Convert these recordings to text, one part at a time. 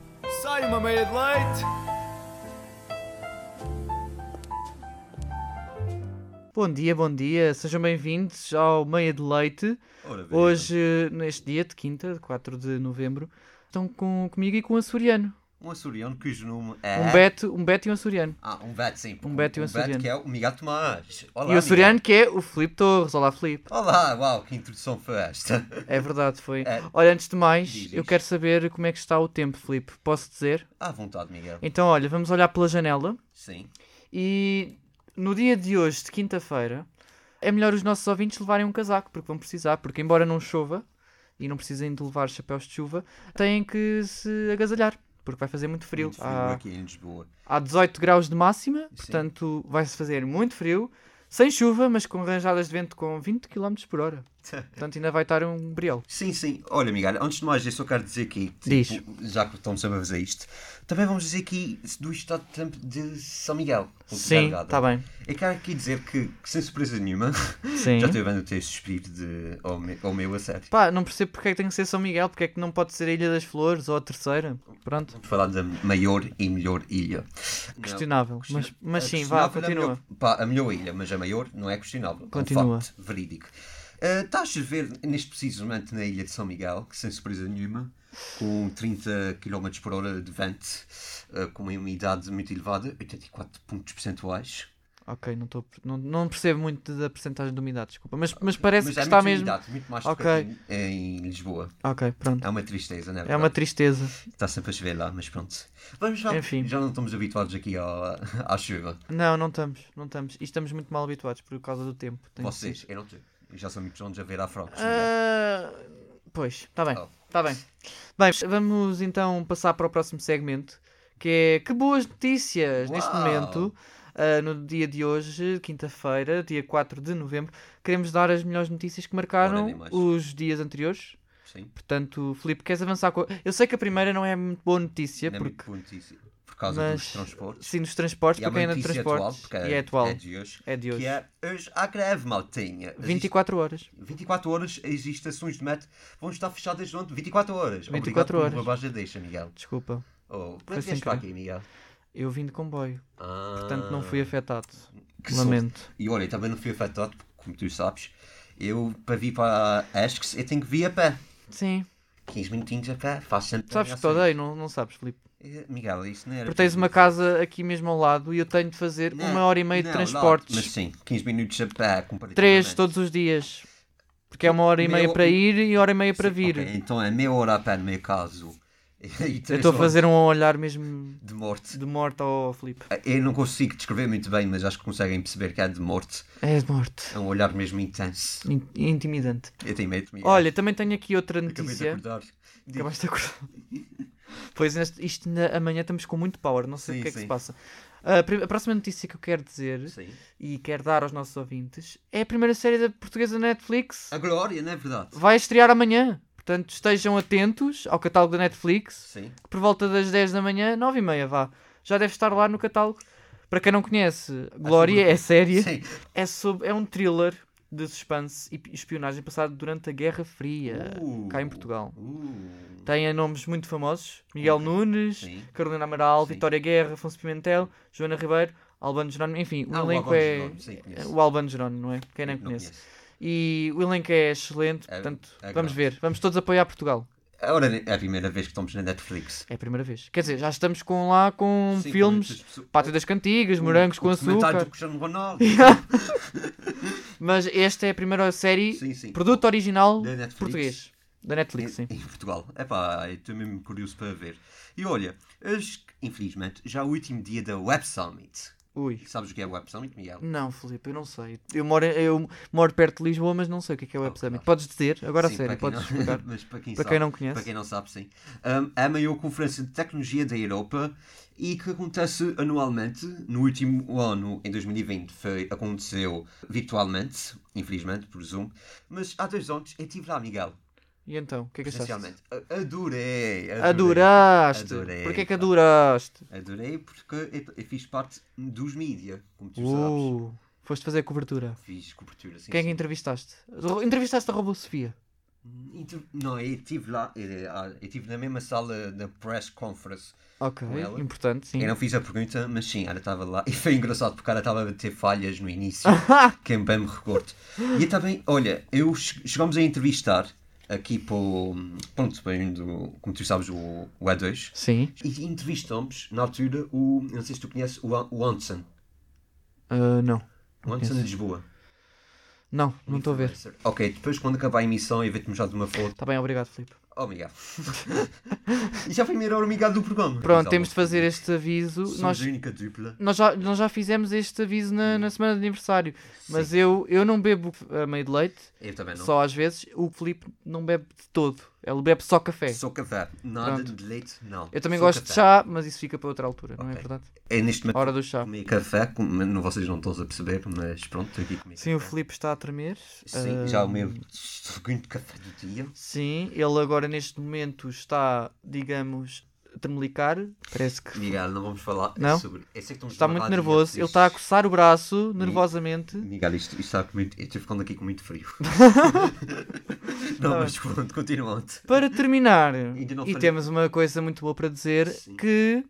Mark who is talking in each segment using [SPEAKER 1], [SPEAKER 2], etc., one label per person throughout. [SPEAKER 1] time. I made it late.
[SPEAKER 2] Bom dia, bom dia, sejam bem-vindos ao Meia de Leite.
[SPEAKER 1] Ora bem,
[SPEAKER 2] Hoje, neste dia de quinta, de 4 de novembro, estão com, comigo e com um açoriano.
[SPEAKER 1] Um açoriano cujo nome é.
[SPEAKER 2] Um Beto, um Beto e um açoriano.
[SPEAKER 1] Ah, um Beto, sim.
[SPEAKER 2] Um Beto e um açoriano.
[SPEAKER 1] que é o Miguel Tomás. Olá,
[SPEAKER 2] e o açoriano
[SPEAKER 1] Miguel.
[SPEAKER 2] que é o Filipe Torres. Olá, Filipe.
[SPEAKER 1] Olá, uau, que introdução foi esta?
[SPEAKER 2] É verdade, foi.
[SPEAKER 1] É.
[SPEAKER 2] Olha, antes de mais,
[SPEAKER 1] Diz
[SPEAKER 2] eu
[SPEAKER 1] isto.
[SPEAKER 2] quero saber como é que está o tempo, Filipe. Posso dizer?
[SPEAKER 1] À vontade, Miguel.
[SPEAKER 2] Então, olha, vamos olhar pela janela
[SPEAKER 1] Sim.
[SPEAKER 2] e no dia de hoje, de quinta-feira, é melhor os nossos ouvintes levarem um casaco, porque vão precisar, porque embora não chova e não precisem de levar chapéus de chuva, têm que se agasalhar, porque vai fazer muito frio.
[SPEAKER 1] Muito frio
[SPEAKER 2] Há-
[SPEAKER 1] aqui em Lisboa.
[SPEAKER 2] Há 18 graus de máxima,
[SPEAKER 1] Sim.
[SPEAKER 2] portanto vai-se fazer muito frio, sem chuva, mas com ranjadas de vento com 20 km por hora. Portanto ainda vai estar um briel.
[SPEAKER 1] Sim, sim. Olha, Miguel, antes de mais, eu só quero dizer aqui, tipo,
[SPEAKER 2] Diz.
[SPEAKER 1] já que estamos sempre a fazer isto, também vamos dizer aqui do estado de tempo de São Miguel. Ponta
[SPEAKER 2] Sim,
[SPEAKER 1] Delgada.
[SPEAKER 2] está bem.
[SPEAKER 1] Eu quero aqui dizer que, que sem surpresa nenhuma,
[SPEAKER 2] Sim.
[SPEAKER 1] já estou vendo o teu espírito de, ao, me, ao meu a sério.
[SPEAKER 2] Pá, não percebo porque é que tem que ser São Miguel, porque é que não pode ser a Ilha das Flores ou a Terceira. Pronto,
[SPEAKER 1] Vou falar da maior e melhor ilha. Não,
[SPEAKER 2] questionável.
[SPEAKER 1] questiona-
[SPEAKER 2] Mas, mas
[SPEAKER 1] é
[SPEAKER 2] sim, vá,
[SPEAKER 1] questionável, é
[SPEAKER 2] continua.
[SPEAKER 1] melhor- pá, a melhor ilha, mas a maior não é questionável. É um
[SPEAKER 2] Continua.
[SPEAKER 1] facto verídico. Ah, Está a chover neste preciso momento na ilha de São Miguel, que sem surpresa nenhuma, com 30 km por hora de vento, ah, com uma umidade muito elevada, 84 pontos percentuais.
[SPEAKER 2] Ok, não, tô, não, não percebo muito da percentagem de umidade, desculpa. Mas, mas parece
[SPEAKER 1] Ah, mas
[SPEAKER 2] que
[SPEAKER 1] há
[SPEAKER 2] está
[SPEAKER 1] muita
[SPEAKER 2] mesmo.
[SPEAKER 1] umidade, muito mais do que
[SPEAKER 2] Ok.
[SPEAKER 1] aqui em, em Lisboa.
[SPEAKER 2] Ok, pronto.
[SPEAKER 1] É uma tristeza, não é?
[SPEAKER 2] É uma tristeza.
[SPEAKER 1] Está sempre a chover lá, mas pronto. Vamos lá.
[SPEAKER 2] Enfim.
[SPEAKER 1] Já não estamos habituados aqui ao- à chuva.
[SPEAKER 2] Não, não estamos, não estamos. E estamos muito mal habituados por causa do tempo. tem que ser.
[SPEAKER 1] Vocês, eu não sei. Eu Já sou muito longe a ver à frente.
[SPEAKER 2] Ah, pois, está bem,
[SPEAKER 1] Oh.
[SPEAKER 2] está bem. Bem, vamos então passar para o próximo segmento, que é que boas notícias neste
[SPEAKER 1] Uau!
[SPEAKER 2] momento. ah, no dia de hoje, quinta-feira, dia 4 de novembro, queremos dar as melhores notícias que
[SPEAKER 1] nem
[SPEAKER 2] marcaram
[SPEAKER 1] mais.
[SPEAKER 2] os dias anteriores.
[SPEAKER 1] Sim.
[SPEAKER 2] Portanto, Filipe, queres avançar com a... Eu sei que a primeira não é muito boa notícia,
[SPEAKER 1] Não é muito
[SPEAKER 2] porque...
[SPEAKER 1] bom notícia. Por causa dos transportes.
[SPEAKER 2] Sim, nos transportes,
[SPEAKER 1] E há
[SPEAKER 2] porque
[SPEAKER 1] uma
[SPEAKER 2] é no
[SPEAKER 1] notícia atual,
[SPEAKER 2] transportes.
[SPEAKER 1] porque
[SPEAKER 2] e é atual.
[SPEAKER 1] É de hoje.
[SPEAKER 2] É de hoje.
[SPEAKER 1] Que é hoje há greve, maltinha. Existe-
[SPEAKER 2] 24 horas.
[SPEAKER 1] 24 horas as estações de metro vão estar fechadas durante 24 horas.
[SPEAKER 2] 24
[SPEAKER 1] Obrigado por
[SPEAKER 2] horas.
[SPEAKER 1] uma baixa deixa, Miguel.
[SPEAKER 2] Desculpa,
[SPEAKER 1] Oh,
[SPEAKER 2] Foi
[SPEAKER 1] quando
[SPEAKER 2] sem
[SPEAKER 1] vieste para
[SPEAKER 2] querer.
[SPEAKER 1] aqui, Miguel?
[SPEAKER 2] eu vim de comboio,
[SPEAKER 1] Ah,
[SPEAKER 2] portanto não fui afetado.
[SPEAKER 1] que sorte.
[SPEAKER 2] Lamento.
[SPEAKER 1] E olha, eu também não fui afetado, porque, como tu sabes, eu para vir para Asks eu tenho que vir a pé.
[SPEAKER 2] Sim.
[SPEAKER 1] 15 minutinhos a pé, faço sempre.
[SPEAKER 2] Sabes que te odeio, não, não sabes, Filipe.
[SPEAKER 1] Eh, Miguel, isso não é assim. era.
[SPEAKER 2] Porque tens uma casa aqui mesmo ao lado e eu tenho de fazer
[SPEAKER 1] Não,
[SPEAKER 2] uma hora e meia de
[SPEAKER 1] não,
[SPEAKER 2] transportes.
[SPEAKER 1] lá, Mas sim, 15 minutos a pé, comparativamente.
[SPEAKER 2] Três todos os dias. Porque é uma hora e
[SPEAKER 1] Meia
[SPEAKER 2] meia
[SPEAKER 1] ho-
[SPEAKER 2] para ir e hora e meia para
[SPEAKER 1] Sim,
[SPEAKER 2] vir.
[SPEAKER 1] ok, então é meia hora a pé no meu caso. E três
[SPEAKER 2] Eu estou a
[SPEAKER 1] horas
[SPEAKER 2] fazer um olhar mesmo
[SPEAKER 1] De morte.
[SPEAKER 2] de morte ao Filipe.
[SPEAKER 1] Eu não consigo descrever muito bem, mas acho que conseguem perceber que é de morte.
[SPEAKER 2] É de morte.
[SPEAKER 1] É um olhar mesmo intenso.
[SPEAKER 2] In- Intimidante.
[SPEAKER 1] Eu tenho medo, Miguel.
[SPEAKER 2] Olha, também tenho aqui outra
[SPEAKER 1] acabei de
[SPEAKER 2] notícia.
[SPEAKER 1] acordar. Diz.
[SPEAKER 2] Acabaste de acordar. pois neste- isto ainda- amanhã estamos com muito power, não sei
[SPEAKER 1] Sim,
[SPEAKER 2] o que é que
[SPEAKER 1] sim.
[SPEAKER 2] se passa. A prim- a próxima notícia que eu quero dizer
[SPEAKER 1] Sim.
[SPEAKER 2] e quero dar aos nossos ouvintes é a primeira série da portuguesa Netflix.
[SPEAKER 1] A glória, não é verdade?
[SPEAKER 2] vai estrear amanhã. Portanto, estejam atentos ao catálogo da Netflix,
[SPEAKER 1] Sim.
[SPEAKER 2] que por volta das 10 da manhã, 9 e meia, vá. Já deve estar lá no catálogo. Para quem não conhece, Glória é série.
[SPEAKER 1] Sim.
[SPEAKER 2] É, sobre, é um thriller de suspense e espionagem passado durante a Guerra Fria,
[SPEAKER 1] Uh.
[SPEAKER 2] cá em Portugal.
[SPEAKER 1] Uh,
[SPEAKER 2] Tem nomes muito famosos. Miguel Nunes,
[SPEAKER 1] Sim.
[SPEAKER 2] Carolina Amaral,
[SPEAKER 1] Sim.
[SPEAKER 2] Vitória Guerra, Afonso Pimentel, Joana Ribeiro, Albano Jerónimo. Enfim, o
[SPEAKER 1] Ah, o
[SPEAKER 2] elenco
[SPEAKER 1] Albano
[SPEAKER 2] é...
[SPEAKER 1] Jerónimo, sim, conheço.
[SPEAKER 2] o Albano Jerónimo, não é? Quem nem
[SPEAKER 1] não
[SPEAKER 2] conhece.
[SPEAKER 1] conheço.
[SPEAKER 2] E o elenco é excelente,
[SPEAKER 1] É-
[SPEAKER 2] portanto,
[SPEAKER 1] é
[SPEAKER 2] vamos
[SPEAKER 1] grande.
[SPEAKER 2] ver. Vamos todos apoiar Portugal.
[SPEAKER 1] Ora, é a primeira vez que estamos na Netflix.
[SPEAKER 2] É a primeira vez. Quer dizer, já estamos com lá com
[SPEAKER 1] Sim,
[SPEAKER 2] filmes,
[SPEAKER 1] muitas pessoas-
[SPEAKER 2] Pátio das Cantigas, Morangos
[SPEAKER 1] O
[SPEAKER 2] com
[SPEAKER 1] documentário
[SPEAKER 2] Açúcar.
[SPEAKER 1] do Cristiano Ronaldo.
[SPEAKER 2] Mas esta é a primeira série,
[SPEAKER 1] Sim, sim.
[SPEAKER 2] produto original
[SPEAKER 1] Da Netflix.
[SPEAKER 2] português. Da Netflix, sim.
[SPEAKER 1] Em, em Portugal. Epá, eu estou mesmo curioso para ver. E olha, hoje, infelizmente, já é o último dia da Web Summit.
[SPEAKER 2] Ui.
[SPEAKER 1] Sabes o que é Web Summit, Miguel?
[SPEAKER 2] Não, Felipe, eu não sei. Eu moro, eu moro perto de Lisboa, mas não sei o que é, que é o Web Summit. Podes dizer, agora a
[SPEAKER 1] Ah, Sim,
[SPEAKER 2] sério,
[SPEAKER 1] para
[SPEAKER 2] podes
[SPEAKER 1] quem não-
[SPEAKER 2] explicar.
[SPEAKER 1] Mas para quem,
[SPEAKER 2] Para
[SPEAKER 1] sabe,
[SPEAKER 2] quem não conhece.
[SPEAKER 1] Para quem não sabe, sim. Um, é a maior conferência de tecnologia da Europa e que acontece anualmente. No último ano, em 2020, foi, aconteceu virtualmente, infelizmente, por Zoom. Mas há dois anos eu estive lá, Miguel,
[SPEAKER 2] E então, o que é que achaste?
[SPEAKER 1] presencialmente. A- Adorei!
[SPEAKER 2] Adoraste!
[SPEAKER 1] Adorei,
[SPEAKER 2] Porquê é que
[SPEAKER 1] pá.
[SPEAKER 2] adoraste?
[SPEAKER 1] Adorei porque eu, eu fiz parte dos mídia, como tu sabes.
[SPEAKER 2] Uh, foste fazer cobertura.
[SPEAKER 1] Fiz cobertura, sim.
[SPEAKER 2] Quem é que
[SPEAKER 1] sim.
[SPEAKER 2] entrevistaste? Ro- Entrevistaste a Robô Sofia.
[SPEAKER 1] Inter- Não, eu estive lá, eh, ah, eu estive na mesma sala da press conference.
[SPEAKER 2] Ok,
[SPEAKER 1] Com ela. um
[SPEAKER 2] importante, sim.
[SPEAKER 1] Eu não fiz a pergunta, mas sim, ela estava lá. E foi engraçado porque ela estava a ter falhas no início, quem bem me recordo. E eu também, olha, eu che- chegamos a entrevistar aqui para o. Pronto, bem do, como tu sabes, o, o A2.
[SPEAKER 2] Sim.
[SPEAKER 1] E entrevistamos, na altura, o. Não sei se tu conheces, o, An- o Anson.
[SPEAKER 2] Ah, não.
[SPEAKER 1] O Anson de Lisboa.
[SPEAKER 2] Não, não estou a ver.
[SPEAKER 1] Ok, depois quando acabar a emissão, eu vou-te mostrar de uma foto.
[SPEAKER 2] Está bem, obrigado, Filipe.
[SPEAKER 1] Oh, obrigado. e já foi a primeira hormigada do programa.
[SPEAKER 2] Pronto, temos de fazer este aviso.
[SPEAKER 1] Somos
[SPEAKER 2] Nós,
[SPEAKER 1] a única dupla.
[SPEAKER 2] nós, já, nós já fizemos este aviso
[SPEAKER 1] Hum.
[SPEAKER 2] na, na semana de aniversário. Mas eu, eu não bebo ah, meio de leite,
[SPEAKER 1] Eu também não.
[SPEAKER 2] só às vezes. O Filipe não bebe de todo. Ele bebe só café.
[SPEAKER 1] Só café. Nada
[SPEAKER 2] é. Pronto.
[SPEAKER 1] de leite, não.
[SPEAKER 2] Eu também
[SPEAKER 1] Só
[SPEAKER 2] gosto de
[SPEAKER 1] café.
[SPEAKER 2] chá, mas isso fica para outra altura, não é
[SPEAKER 1] Ok.
[SPEAKER 2] verdade?
[SPEAKER 1] É neste
[SPEAKER 2] A
[SPEAKER 1] momento
[SPEAKER 2] hora do chá.
[SPEAKER 1] comi café, com- não, vocês não estão a perceber, mas pronto, estou aqui comigo.
[SPEAKER 2] Sim, o Filipe está a tremer.
[SPEAKER 1] Sim,
[SPEAKER 2] Ah,
[SPEAKER 1] já é o meu segundo café do dia.
[SPEAKER 2] Sim, ele agora neste momento está, digamos, a tremelicar. Parece que
[SPEAKER 1] Miguel, não vamos falar é
[SPEAKER 2] Não?
[SPEAKER 1] sobre. Eu sei que estamos
[SPEAKER 2] está
[SPEAKER 1] na
[SPEAKER 2] muito
[SPEAKER 1] rádio,
[SPEAKER 2] nervoso.
[SPEAKER 1] mas
[SPEAKER 2] Ele está a
[SPEAKER 1] isto-
[SPEAKER 2] coçar o braço nervosamente.
[SPEAKER 1] Miguel, isto, isto está com muito. Eu estou ficando aqui com muito frio. não,
[SPEAKER 2] Tá bem.
[SPEAKER 1] mas pronto, continuando.
[SPEAKER 2] Para terminar,
[SPEAKER 1] não
[SPEAKER 2] e
[SPEAKER 1] falei.
[SPEAKER 2] temos uma coisa muito boa para dizer:
[SPEAKER 1] Sim.
[SPEAKER 2] que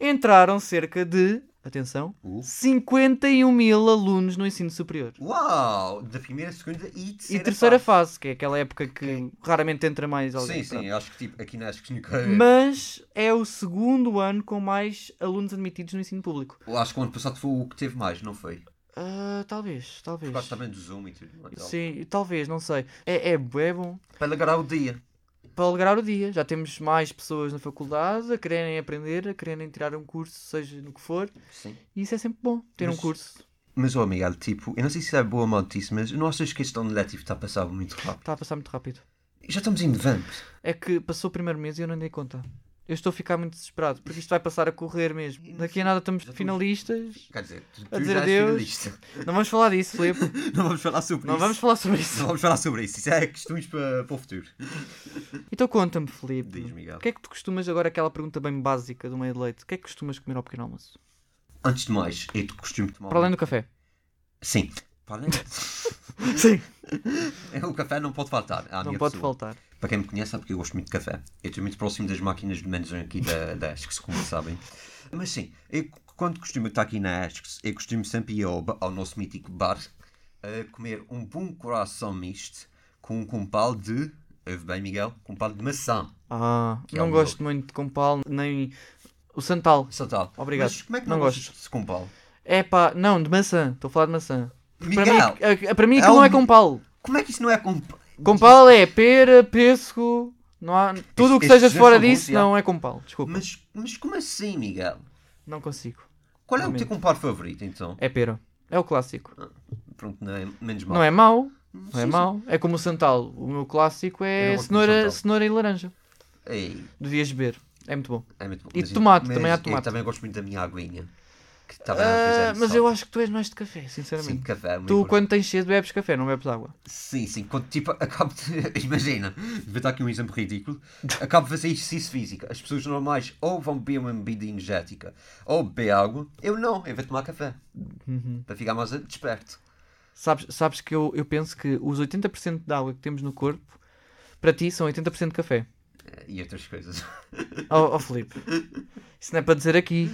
[SPEAKER 2] entraram cerca de, atenção,
[SPEAKER 1] Uh.
[SPEAKER 2] 51 mil alunos no ensino superior.
[SPEAKER 1] Uau! Da primeira, segunda e terceira.
[SPEAKER 2] e terceira
[SPEAKER 1] fase.
[SPEAKER 2] fase, que é aquela época que raramente entra mais alguém.
[SPEAKER 1] Sim, sim, eu acho que tipo, aqui na acho que nunca.
[SPEAKER 2] Mas é o segundo ano com mais alunos admitidos no ensino público.
[SPEAKER 1] Eu Acho que o ano passado foi o que teve mais, não foi?
[SPEAKER 2] Ah, talvez, talvez.
[SPEAKER 1] Por causa também é do Zoom e tudo mais.
[SPEAKER 2] Sim, talvez, não sei. É, é, bué bom.
[SPEAKER 1] Para alegrar o dia.
[SPEAKER 2] Para alegrar o dia. Já temos mais pessoas na faculdade a quererem aprender, a quererem tirar um curso, seja no que for.
[SPEAKER 1] Sim.
[SPEAKER 2] E isso é sempre bom, ter um
[SPEAKER 1] Mas-
[SPEAKER 2] curso.
[SPEAKER 1] Mas, ó, Miguel, tipo, eu não sei se é boa ou má notícia, mas não achas que este ano letivo está a passar muito rápido?
[SPEAKER 2] Está a passar muito rápido.
[SPEAKER 1] Já estamos em novembro.
[SPEAKER 2] É que passou o primeiro mês e eu não dei conta. Eu estou a ficar muito desesperado, porque isto vai passar a correr mesmo. Daqui a nada estamos
[SPEAKER 1] Já estamos-
[SPEAKER 2] finalistas.
[SPEAKER 1] Quer dizer, tu,
[SPEAKER 2] A
[SPEAKER 1] tu
[SPEAKER 2] dizer
[SPEAKER 1] já és
[SPEAKER 2] adeus.
[SPEAKER 1] finalista.
[SPEAKER 2] Não vamos falar disso, Filipe.
[SPEAKER 1] Não vamos falar sobre
[SPEAKER 2] Não
[SPEAKER 1] isso.
[SPEAKER 2] vamos falar sobre isso.
[SPEAKER 1] Não vamos falar sobre isso. Isso é questões para, para o futuro.
[SPEAKER 2] Então conta-me, Filipe.
[SPEAKER 1] Diz, Miguel.
[SPEAKER 2] O que é que tu costumas agora, aquela pergunta bem básica do meio de leite, o que é que costumas comer ao pequeno almoço?
[SPEAKER 1] Antes de mais, eu te costumo tomar... um
[SPEAKER 2] Para além do café.
[SPEAKER 1] Sim. Para além...
[SPEAKER 2] Sim.
[SPEAKER 1] o café não pode faltar à
[SPEAKER 2] Não
[SPEAKER 1] minha
[SPEAKER 2] pode
[SPEAKER 1] pessoa.
[SPEAKER 2] faltar.
[SPEAKER 1] Para quem me conhece, sabe que eu gosto muito de café. Eu estou muito próximo das máquinas de menos aqui da, da Asks, como sabem. Mas sim, eu, quando costumo estar aqui na Asks, eu costumo sempre ir ao, ba- ao nosso mítico bar a comer um bom coração misto com um compal de. Ouve bem, Miguel? Compal de maçã.
[SPEAKER 2] Ah,
[SPEAKER 1] Que é
[SPEAKER 2] não
[SPEAKER 1] o
[SPEAKER 2] gosto muito de compal, nem o santal.
[SPEAKER 1] Só tal.
[SPEAKER 2] Obrigado.
[SPEAKER 1] Mas como é que
[SPEAKER 2] Não
[SPEAKER 1] não,
[SPEAKER 2] gosto.
[SPEAKER 1] gostas de compal?
[SPEAKER 2] É pá, não, de maçã. Estou a falar de maçã. Para mim,
[SPEAKER 1] Miguel,
[SPEAKER 2] a- a- para mim
[SPEAKER 1] É
[SPEAKER 2] aquilo não é
[SPEAKER 1] um-
[SPEAKER 2] compal.
[SPEAKER 1] como é que isso não é compal?
[SPEAKER 2] Compal é pera, pêssego, não há... tudo o que
[SPEAKER 1] estes
[SPEAKER 2] seja
[SPEAKER 1] já
[SPEAKER 2] fora
[SPEAKER 1] são bons,
[SPEAKER 2] disso
[SPEAKER 1] já.
[SPEAKER 2] não é compal. Desculpa,
[SPEAKER 1] Mas, mas como assim, Miguel?
[SPEAKER 2] não consigo.
[SPEAKER 1] Qual é o
[SPEAKER 2] Lamento.
[SPEAKER 1] teu compal favorito, então?
[SPEAKER 2] É pera. É o clássico.
[SPEAKER 1] Pronto, não é menos mal.
[SPEAKER 2] Não é mau, não
[SPEAKER 1] Sim,
[SPEAKER 2] é
[SPEAKER 1] sim.
[SPEAKER 2] mau. É como o santal. O meu clássico
[SPEAKER 1] Eu não
[SPEAKER 2] é
[SPEAKER 1] gosto de
[SPEAKER 2] cenoura,
[SPEAKER 1] santal.
[SPEAKER 2] cenoura e laranja.
[SPEAKER 1] Ei,
[SPEAKER 2] Devias beber. É muito bom.
[SPEAKER 1] É muito bom.
[SPEAKER 2] E
[SPEAKER 1] Mas eu-
[SPEAKER 2] tomate,
[SPEAKER 1] mas
[SPEAKER 2] também há tomate.
[SPEAKER 1] Eu também gosto muito da minha aguinha. Que está bem,
[SPEAKER 2] Ah, mas eu
[SPEAKER 1] acho
[SPEAKER 2] acho que tu és mais de café,
[SPEAKER 1] é, Sim,
[SPEAKER 2] sinceramente.
[SPEAKER 1] café. é muito
[SPEAKER 2] tu,
[SPEAKER 1] bom.
[SPEAKER 2] quando tens cedo, bebes café, não bebes água.
[SPEAKER 1] Sim, sim. Quando tipo, acabo de. Imagina, vou dar aqui um exemplo ridículo. Acabo de fazer exercício físico. As pessoas normais ou vão beber uma bebida energética ou beber água. Eu não, eu vou tomar café.
[SPEAKER 2] Uhum.
[SPEAKER 1] Para ficar mais desperto.
[SPEAKER 2] Sabes, sabes que eu, eu penso que os 80% da água que temos no corpo, para ti, são 80% de café.
[SPEAKER 1] E outras coisas.
[SPEAKER 2] Oh, oh Filipe, isso não é para dizer aqui.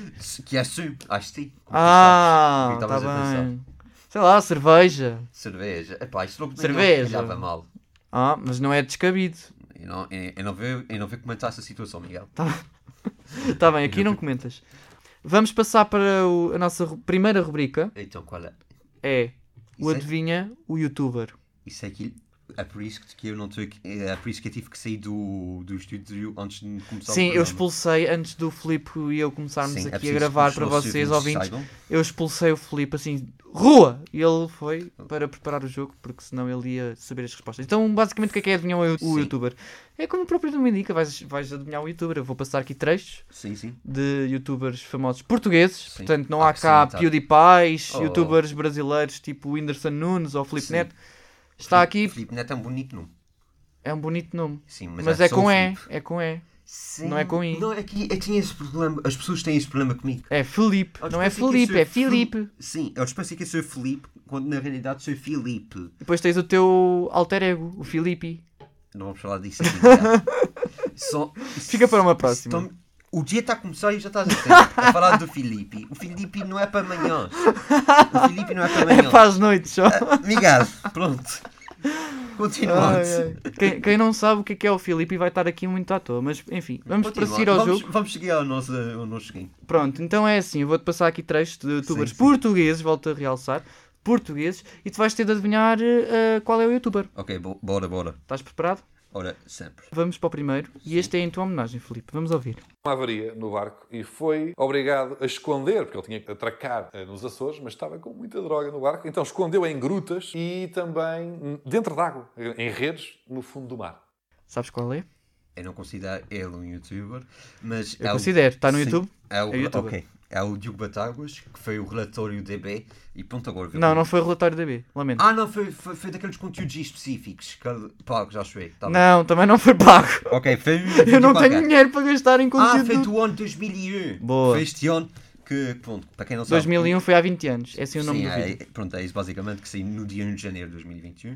[SPEAKER 1] Que é sumo, acho que sim.
[SPEAKER 2] Ah,
[SPEAKER 1] o que
[SPEAKER 2] está
[SPEAKER 1] estavas a
[SPEAKER 2] bem. Sei lá, cerveja.
[SPEAKER 1] Cerveja. Epá, isto logo
[SPEAKER 2] Cerveja.
[SPEAKER 1] Estava mal.
[SPEAKER 2] Ah, mas não é descabido.
[SPEAKER 1] Eu não, eu, eu não vou, eu não vou comentar essa situação, Miguel.
[SPEAKER 2] Está Tá bem, aqui não comentas. Vamos passar para o- a nossa ru- primeira rubrica.
[SPEAKER 1] Então qual é?
[SPEAKER 2] É o
[SPEAKER 1] Isso é-
[SPEAKER 2] Adivinha, o Youtuber.
[SPEAKER 1] Isso é que é por isso que eu não estou aqui- é por isso que eu tive que sair do, do estúdio antes de começar o
[SPEAKER 2] Sim, eu
[SPEAKER 1] programa.
[SPEAKER 2] expulsei antes do Filipe e eu começarmos
[SPEAKER 1] um Sim,
[SPEAKER 2] aqui
[SPEAKER 1] é
[SPEAKER 2] a
[SPEAKER 1] preciso
[SPEAKER 2] gravar
[SPEAKER 1] que os
[SPEAKER 2] para
[SPEAKER 1] nossos
[SPEAKER 2] vocês, ouvintes.
[SPEAKER 1] saibam.
[SPEAKER 2] Eu expulsei o Filipe assim, rua! E ele foi para preparar o jogo, porque senão ele ia saber as respostas. Então, basicamente, o que é que é adivinhar o, o
[SPEAKER 1] Sim.
[SPEAKER 2] youtuber? É como o próprio nome indica, vais, vais adivinhar o youtuber. Eu vou passar aqui trechos
[SPEAKER 1] Sim, sim.
[SPEAKER 2] de youtubers famosos portugueses,
[SPEAKER 1] Sim.
[SPEAKER 2] portanto, não há
[SPEAKER 1] Ah, que
[SPEAKER 2] cá
[SPEAKER 1] sim, tá.
[SPEAKER 2] PewDiePies,
[SPEAKER 1] Oh.
[SPEAKER 2] youtubers brasileiros tipo Whindersson Nunes ou Filipe
[SPEAKER 1] Sim.
[SPEAKER 2] Neto. Está aqui,
[SPEAKER 1] Filipe Neto é um bonito nome.
[SPEAKER 2] é um bonito nome.
[SPEAKER 1] Sim,
[SPEAKER 2] Mas,
[SPEAKER 1] mas,
[SPEAKER 2] é,
[SPEAKER 1] só
[SPEAKER 2] com
[SPEAKER 1] o
[SPEAKER 2] E,
[SPEAKER 1] Filipe.
[SPEAKER 2] é com E.
[SPEAKER 1] Sim.
[SPEAKER 2] Não é com I.
[SPEAKER 1] Não, é que eu tinha esse problema, as pessoas têm esse problema comigo.
[SPEAKER 2] É Felipe,
[SPEAKER 1] Eles
[SPEAKER 2] não é
[SPEAKER 1] pensam que eu
[SPEAKER 2] Felipe,
[SPEAKER 1] sou
[SPEAKER 2] é
[SPEAKER 1] Fili-
[SPEAKER 2] Filipe.
[SPEAKER 1] Sim, eles pensam que eu sou Filipe, quando na realidade sou Filipe.
[SPEAKER 2] Depois tens o teu alter ego, o Filipe.
[SPEAKER 1] Não vamos falar disso aqui. já. Só,
[SPEAKER 2] Fica para uma próxima.
[SPEAKER 1] Então, o dia está a começar e já estás a, ter, a falar do Filipe. O Filipe não é para amanhã. O Filipe não é para amanhã.
[SPEAKER 2] É para as noites só.
[SPEAKER 1] Obrigado. Pronto. Continuando.
[SPEAKER 2] Ai, ai. Quem, quem não sabe o que é que é o Filipe vai estar aqui muito à toa, mas enfim, vamos
[SPEAKER 1] Continuando.
[SPEAKER 2] prosseguir ao
[SPEAKER 1] vamos,
[SPEAKER 2] jogo.
[SPEAKER 1] Vamos chegar ao nosso, ao nosso game.
[SPEAKER 2] Pronto, então é assim, eu vou-te passar aqui trechos de youtubers
[SPEAKER 1] sim.
[SPEAKER 2] portugueses, volto a realçar, portugueses, e tu vais ter de adivinhar eh, qual é o youtuber.
[SPEAKER 1] Ok, bo- bora, bora.
[SPEAKER 2] Estás preparado?
[SPEAKER 1] Ora, sempre.
[SPEAKER 2] Vamos para o primeiro, e este é em tua homenagem, Filipe, vamos ouvir.
[SPEAKER 3] uma avaria no barco e foi obrigado a esconder, porque ele tinha que atracar eh, nos Açores, mas estava com muita droga no barco, então escondeu em grutas e também hum, dentro d'água, eh, em redes, no fundo do mar.
[SPEAKER 2] Sabes qual é?
[SPEAKER 1] Eu não considero ele um youtuber, mas.
[SPEAKER 2] Eu
[SPEAKER 1] é o-
[SPEAKER 2] considero, está no
[SPEAKER 1] Sim,
[SPEAKER 2] YouTube?
[SPEAKER 1] É o,
[SPEAKER 2] É youtuber.
[SPEAKER 1] ok. É o Diogo Batáguas, que foi o relatório DB. E pronto, agora viu.
[SPEAKER 2] Não, não foi o relatório da B, lamento.
[SPEAKER 1] Ah, não, foi, foi, foi daqueles conteúdos específicos. que- Pá, já achei. Tá bem.
[SPEAKER 2] não, também não foi pago.
[SPEAKER 1] Ok, foi. um
[SPEAKER 2] Eu não
[SPEAKER 1] qualquer.
[SPEAKER 2] tenho dinheiro para gastar em
[SPEAKER 1] Ah,
[SPEAKER 2] conteúdo.
[SPEAKER 1] foi do ano 2001.
[SPEAKER 2] Boa.
[SPEAKER 1] Foi este ano que, pronto, para quem não sabe.
[SPEAKER 2] 2001 foi há 20 anos, é assim o nome
[SPEAKER 1] Sim,
[SPEAKER 2] do vídeo.
[SPEAKER 1] é, pronto, é isso basicamente que saiu no dia 1 de janeiro de 2021.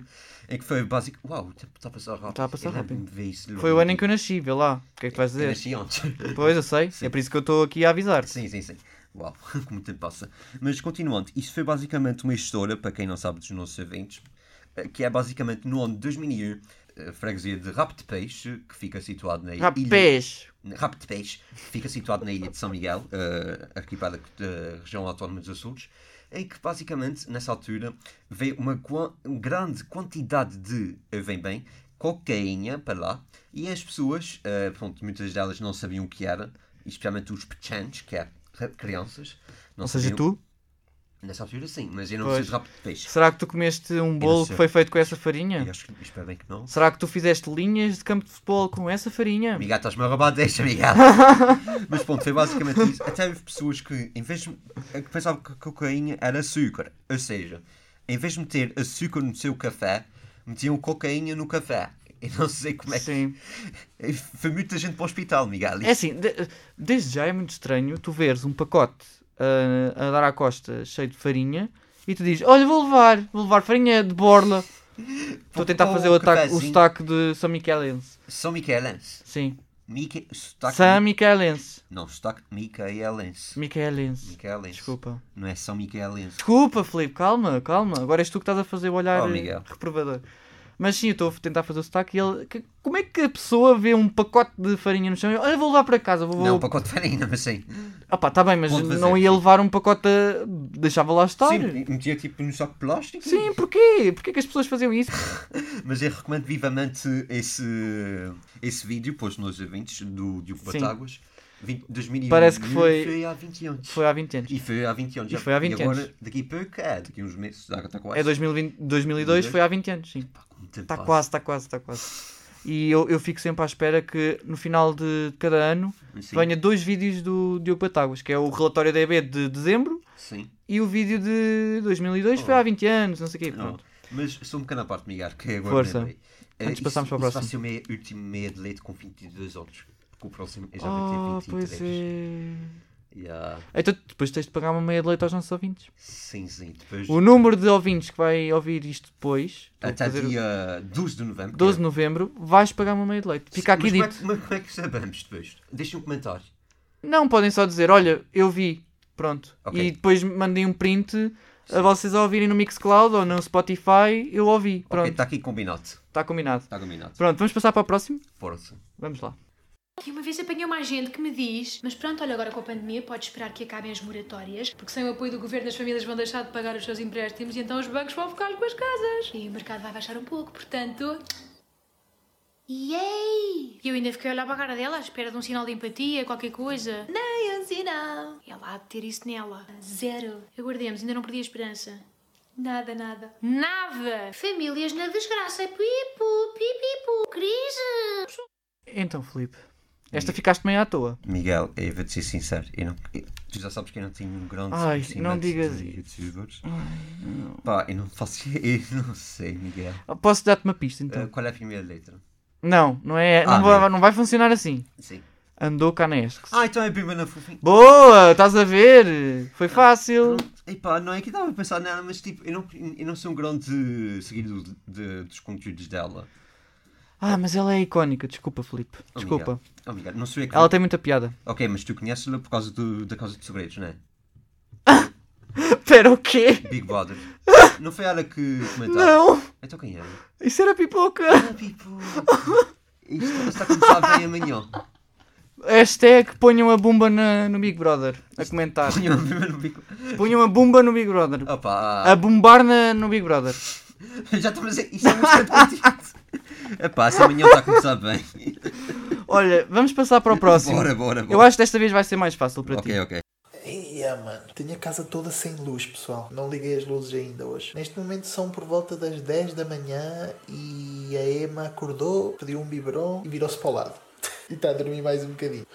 [SPEAKER 1] Em que foi básico. Uau, o tempo está a passar rápido.
[SPEAKER 2] Está a passar
[SPEAKER 1] Eu lembro-me de ver isso logo
[SPEAKER 2] Foi o
[SPEAKER 1] no
[SPEAKER 2] ano em
[SPEAKER 1] dia.
[SPEAKER 2] que eu nasci, vê lá, o que é que tu vais
[SPEAKER 1] é. Eu
[SPEAKER 2] dizer?
[SPEAKER 1] nasci ontem.
[SPEAKER 2] Pois, eu sei, é por isso que eu estou aqui a avisar.
[SPEAKER 1] Sim, sim, sim. Uau, como tempo passa. Mas continuando, isto foi basicamente uma história, para quem não sabe dos nossos eventos, eh, que é basicamente no ano de 2001, a um, eh, freguesia de Rap de Peixe, que fica situado na ilha...
[SPEAKER 2] Rapaz,
[SPEAKER 1] Rap de Peixe, que fica situado na ilha de São Miguel, eh, arquipélago da região autónoma dos Açores, em que basicamente, nessa altura, veio uma qua- grande quantidade de, eh, vem bem, cocaína para lá, e as pessoas, eh, pronto, muitas delas não sabiam o que era, especialmente os pechanos, que é re- crianças, não
[SPEAKER 2] ou seja,
[SPEAKER 1] sabiam-
[SPEAKER 2] tu,
[SPEAKER 1] Nessa altura sim, mas eu não
[SPEAKER 2] Pois.
[SPEAKER 1] sei de rap de peixe.
[SPEAKER 2] será que tu comeste um bolo que
[SPEAKER 1] sei.
[SPEAKER 2] foi feito com essa
[SPEAKER 1] E
[SPEAKER 2] farinha?
[SPEAKER 1] acho que, espero bem que não.
[SPEAKER 2] Será que tu fizeste linhas de campo de futebol com essa farinha?
[SPEAKER 1] Miguel, estás-me a roubar, deixa, Miguel. Mas pronto, foi basicamente isso. Até houve pessoas que, em vez de, eh, que pensavam que a cocaína era açúcar. Ou seja, em vez de meter açúcar no seu café, metiam cocaína no café. Eu não sei como é que.
[SPEAKER 2] Sim.
[SPEAKER 1] Foi muita gente para o hospital, Miguel.
[SPEAKER 2] É assim, de- desde já é muito estranho tu veres um pacote ah, a dar à costa cheio de farinha e tu dizes, olha, vou levar, vou levar farinha de borla. Estou a tentar
[SPEAKER 1] pôr
[SPEAKER 2] fazer
[SPEAKER 1] um
[SPEAKER 2] o, ataque, o
[SPEAKER 1] cafezinho.
[SPEAKER 2] sotaque de São Miquelense.
[SPEAKER 1] São Micaelense.
[SPEAKER 2] Sim.
[SPEAKER 1] Mica... Sotaque...
[SPEAKER 2] São Miquelense.
[SPEAKER 1] Não, sotaque Micaelense.
[SPEAKER 2] Miquelense.
[SPEAKER 1] Micaelense.
[SPEAKER 2] Desculpa.
[SPEAKER 1] Não é São Micaelense.
[SPEAKER 2] Desculpa, Filipe, calma, calma. Agora és tu que estás a fazer o olhar
[SPEAKER 1] Oh,
[SPEAKER 2] eh,
[SPEAKER 1] Miguel.
[SPEAKER 2] reprovador. Mas sim, eu estou a tentar fazer o sotaque e ele. que- como é que a pessoa vê um pacote de farinha no chão e olha, vou levar para casa, vou. vou...
[SPEAKER 1] Não, um pacote de farinha, mas sim.
[SPEAKER 2] Ah pá, está bem, mas
[SPEAKER 1] Pode fazer,
[SPEAKER 2] não ia
[SPEAKER 1] sim.
[SPEAKER 2] levar um pacote. a- deixava lá estar.
[SPEAKER 1] Sim, metia tipo num saco de plástico.
[SPEAKER 2] Tá, Sim, porquê? Porquê que as pessoas faziam isso?
[SPEAKER 1] Mas eu recomendo vivamente esse, esse vídeo posto nos eventos do Diogo
[SPEAKER 2] Sim.
[SPEAKER 1] Batáguas. 20 2001
[SPEAKER 2] Parece que foi-
[SPEAKER 1] foi há 20 anos.
[SPEAKER 2] Foi há 20 anos.
[SPEAKER 1] um. E foi há 20 anos.
[SPEAKER 2] E foi há 20
[SPEAKER 1] e agora,
[SPEAKER 2] anos.
[SPEAKER 1] daqui a pouco, é, daqui a uns meses, já está quase.
[SPEAKER 2] É 2020, 2002, foi há 20 anos, sim. Está quase, está quase, está quase. E eu, eu fico sempre à espera que no final de cada ano
[SPEAKER 1] Sim,
[SPEAKER 2] venha dois vídeos do Diogo Batáguas, que é o relatório da EB de dezembro
[SPEAKER 1] sim.
[SPEAKER 2] e o vídeo de 2002
[SPEAKER 1] Oh.
[SPEAKER 2] foi há 20 anos, não sei o quê.
[SPEAKER 1] Não.
[SPEAKER 2] Pronto.
[SPEAKER 1] Mas só um bocado à parte, Miguel, que agora
[SPEAKER 2] Força.
[SPEAKER 1] me lembrei. Eh,
[SPEAKER 2] Antes passarmos
[SPEAKER 1] isso-
[SPEAKER 2] para o
[SPEAKER 1] Isso vai
[SPEAKER 2] próximo.
[SPEAKER 1] ser o meu último meia de leite com 22 anos. Porque o próximo eu já
[SPEAKER 2] Oh,
[SPEAKER 1] vai ter 23.
[SPEAKER 2] pois é.
[SPEAKER 1] Yeah.
[SPEAKER 2] Então depois tens de pagar uma meia de leite aos nossos ouvintes.
[SPEAKER 1] Sim, sim. Depois,
[SPEAKER 2] O número de ouvintes que vai ouvir isto depois, estou a
[SPEAKER 1] até
[SPEAKER 2] fazer o-
[SPEAKER 1] Ah, tá, dia 12 de novembro. que é
[SPEAKER 2] 12 de novembro, vais pagar uma meia de leite. Fica aqui
[SPEAKER 1] mas como é
[SPEAKER 2] dito.
[SPEAKER 1] que- mas como é que sabemos depois? Deixem um comentário.
[SPEAKER 2] Não, podem só dizer, olha, eu vi, pronto.
[SPEAKER 1] Ok.
[SPEAKER 2] E depois mandei um print a vocês a ouvirem no Mixcloud ou no Spotify, eu ouvi,
[SPEAKER 1] Ok,
[SPEAKER 2] pronto,
[SPEAKER 1] está aqui combinado.
[SPEAKER 2] está combinado.
[SPEAKER 1] Está combinado.
[SPEAKER 2] Pronto, vamos passar para o próximo?
[SPEAKER 1] Força.
[SPEAKER 2] Vamos lá.
[SPEAKER 4] Que uma vez apanhei uma agente que me diz: Mas pronto, olha, agora com a pandemia pode esperar que acabem as moratórias, porque sem o apoio do governo as famílias vão deixar de pagar os seus empréstimos e então os bancos vão ficar com as casas. E o mercado vai baixar um pouco, portanto. Yay! E eu ainda fiquei a olhar para a cara dela à espera de um sinal de empatia, qualquer coisa. Nem um sinal! Ela há de ter isso nela. Zero. Aguardemos, ainda não perdi a esperança. Nada, nada. Nada! Famílias na desgraça. Pipu, pipipu, crise!
[SPEAKER 2] Então, Filipe, esta ficaste meio à toa.
[SPEAKER 1] Miguel, eu vou-te ser sincero. eu não- eu- tu já sabes que eu não tenho um grande
[SPEAKER 2] Ai,
[SPEAKER 1] conhecimento
[SPEAKER 2] não digas
[SPEAKER 1] de youtubers. Pá, eu não faço... Eu não sei, Miguel.
[SPEAKER 2] Ah, Posso dar-te uma pista,
[SPEAKER 1] Ah,
[SPEAKER 2] então?
[SPEAKER 1] qual é a primeira letra?
[SPEAKER 2] Não, não é,
[SPEAKER 1] Ah,
[SPEAKER 2] não, vai,
[SPEAKER 1] não.
[SPEAKER 2] não vai funcionar assim.
[SPEAKER 1] Sim.
[SPEAKER 2] Andou cá na Esques.
[SPEAKER 1] Ah, então é a primeira fofinha.
[SPEAKER 2] Boa, estás a ver?
[SPEAKER 1] Ah,
[SPEAKER 2] Foi fácil.
[SPEAKER 1] Epá, não é que estava a pensar nela, mas tipo, eu não, eu não sou um grande seguidor de- de- dos conteúdos dela.
[SPEAKER 2] Ah, mas ela é icónica. Desculpa, Filipe.
[SPEAKER 1] Oh,
[SPEAKER 2] Desculpa.
[SPEAKER 1] Miguel. Oh, Miguel, não sei que...
[SPEAKER 2] Ela tem muita piada.
[SPEAKER 1] Ok, mas tu conheces-la por causa do, da Casa de Segredos, não é?
[SPEAKER 2] Pera, o quê?
[SPEAKER 1] Big Brother. não foi ela que comentava?
[SPEAKER 2] Não!
[SPEAKER 1] Então quem é?
[SPEAKER 2] Isso era pipoca!
[SPEAKER 1] Ah, Pipo. Isto está a começar bem amanhã.
[SPEAKER 2] Hashtag ponham a bomba na- no Big Brother. A comentar.
[SPEAKER 1] Tinha o primeiro bico.
[SPEAKER 2] Ponham a bomba no Big Brother.
[SPEAKER 1] Opa,
[SPEAKER 2] A bombar na- no Big Brother.
[SPEAKER 1] já estamos a... Isto é muito contido. Epá, essa manhã está a começar bem.
[SPEAKER 2] Olha, vamos passar para o próximo.
[SPEAKER 1] Bora, bora, bora.
[SPEAKER 2] Eu acho que desta vez vai ser mais fácil para ti.
[SPEAKER 1] Ok, ok.
[SPEAKER 5] Ia, mano. Tenho a casa toda sem luz, pessoal. Não liguei as luzes ainda hoje. Neste momento são por volta das 10 da manhã e a Emma acordou, pediu um biberon e virou-se para o lado. e está a dormir mais um bocadinho.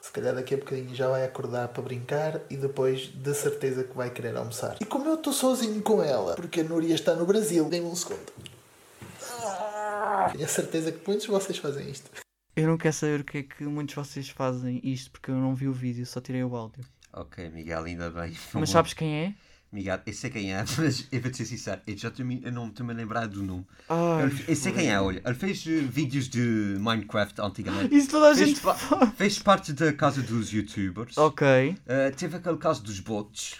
[SPEAKER 5] Se calhar daqui a bocadinho já vai acordar para brincar e depois de certeza que vai querer almoçar. E como eu estou sozinho com ela, porque a Núria está no Brasil, dê-me um segundo. Tenho a certeza que muitos de vocês fazem isto.
[SPEAKER 2] Eu não quero saber o que é que muitos de vocês fazem isto, porque eu não vi o vídeo, só tirei o áudio.
[SPEAKER 1] Ok, Miguel, ainda bem.
[SPEAKER 2] Mas sabes quem é?
[SPEAKER 1] Miguel, eu sei quem é, mas eu vou te ser sincero, eu já também- eu não me estou a lembrar do nome.
[SPEAKER 2] Ai,
[SPEAKER 1] Ele- eu sei quem é, olha. Ele fez eh, vídeos de Minecraft antigamente.
[SPEAKER 2] Isso toda a
[SPEAKER 1] Fez
[SPEAKER 2] gente
[SPEAKER 1] pa-
[SPEAKER 2] faz.
[SPEAKER 1] Fez parte da casa dos youtubers.
[SPEAKER 2] Ok.
[SPEAKER 1] Eh, teve aquele caso dos bots.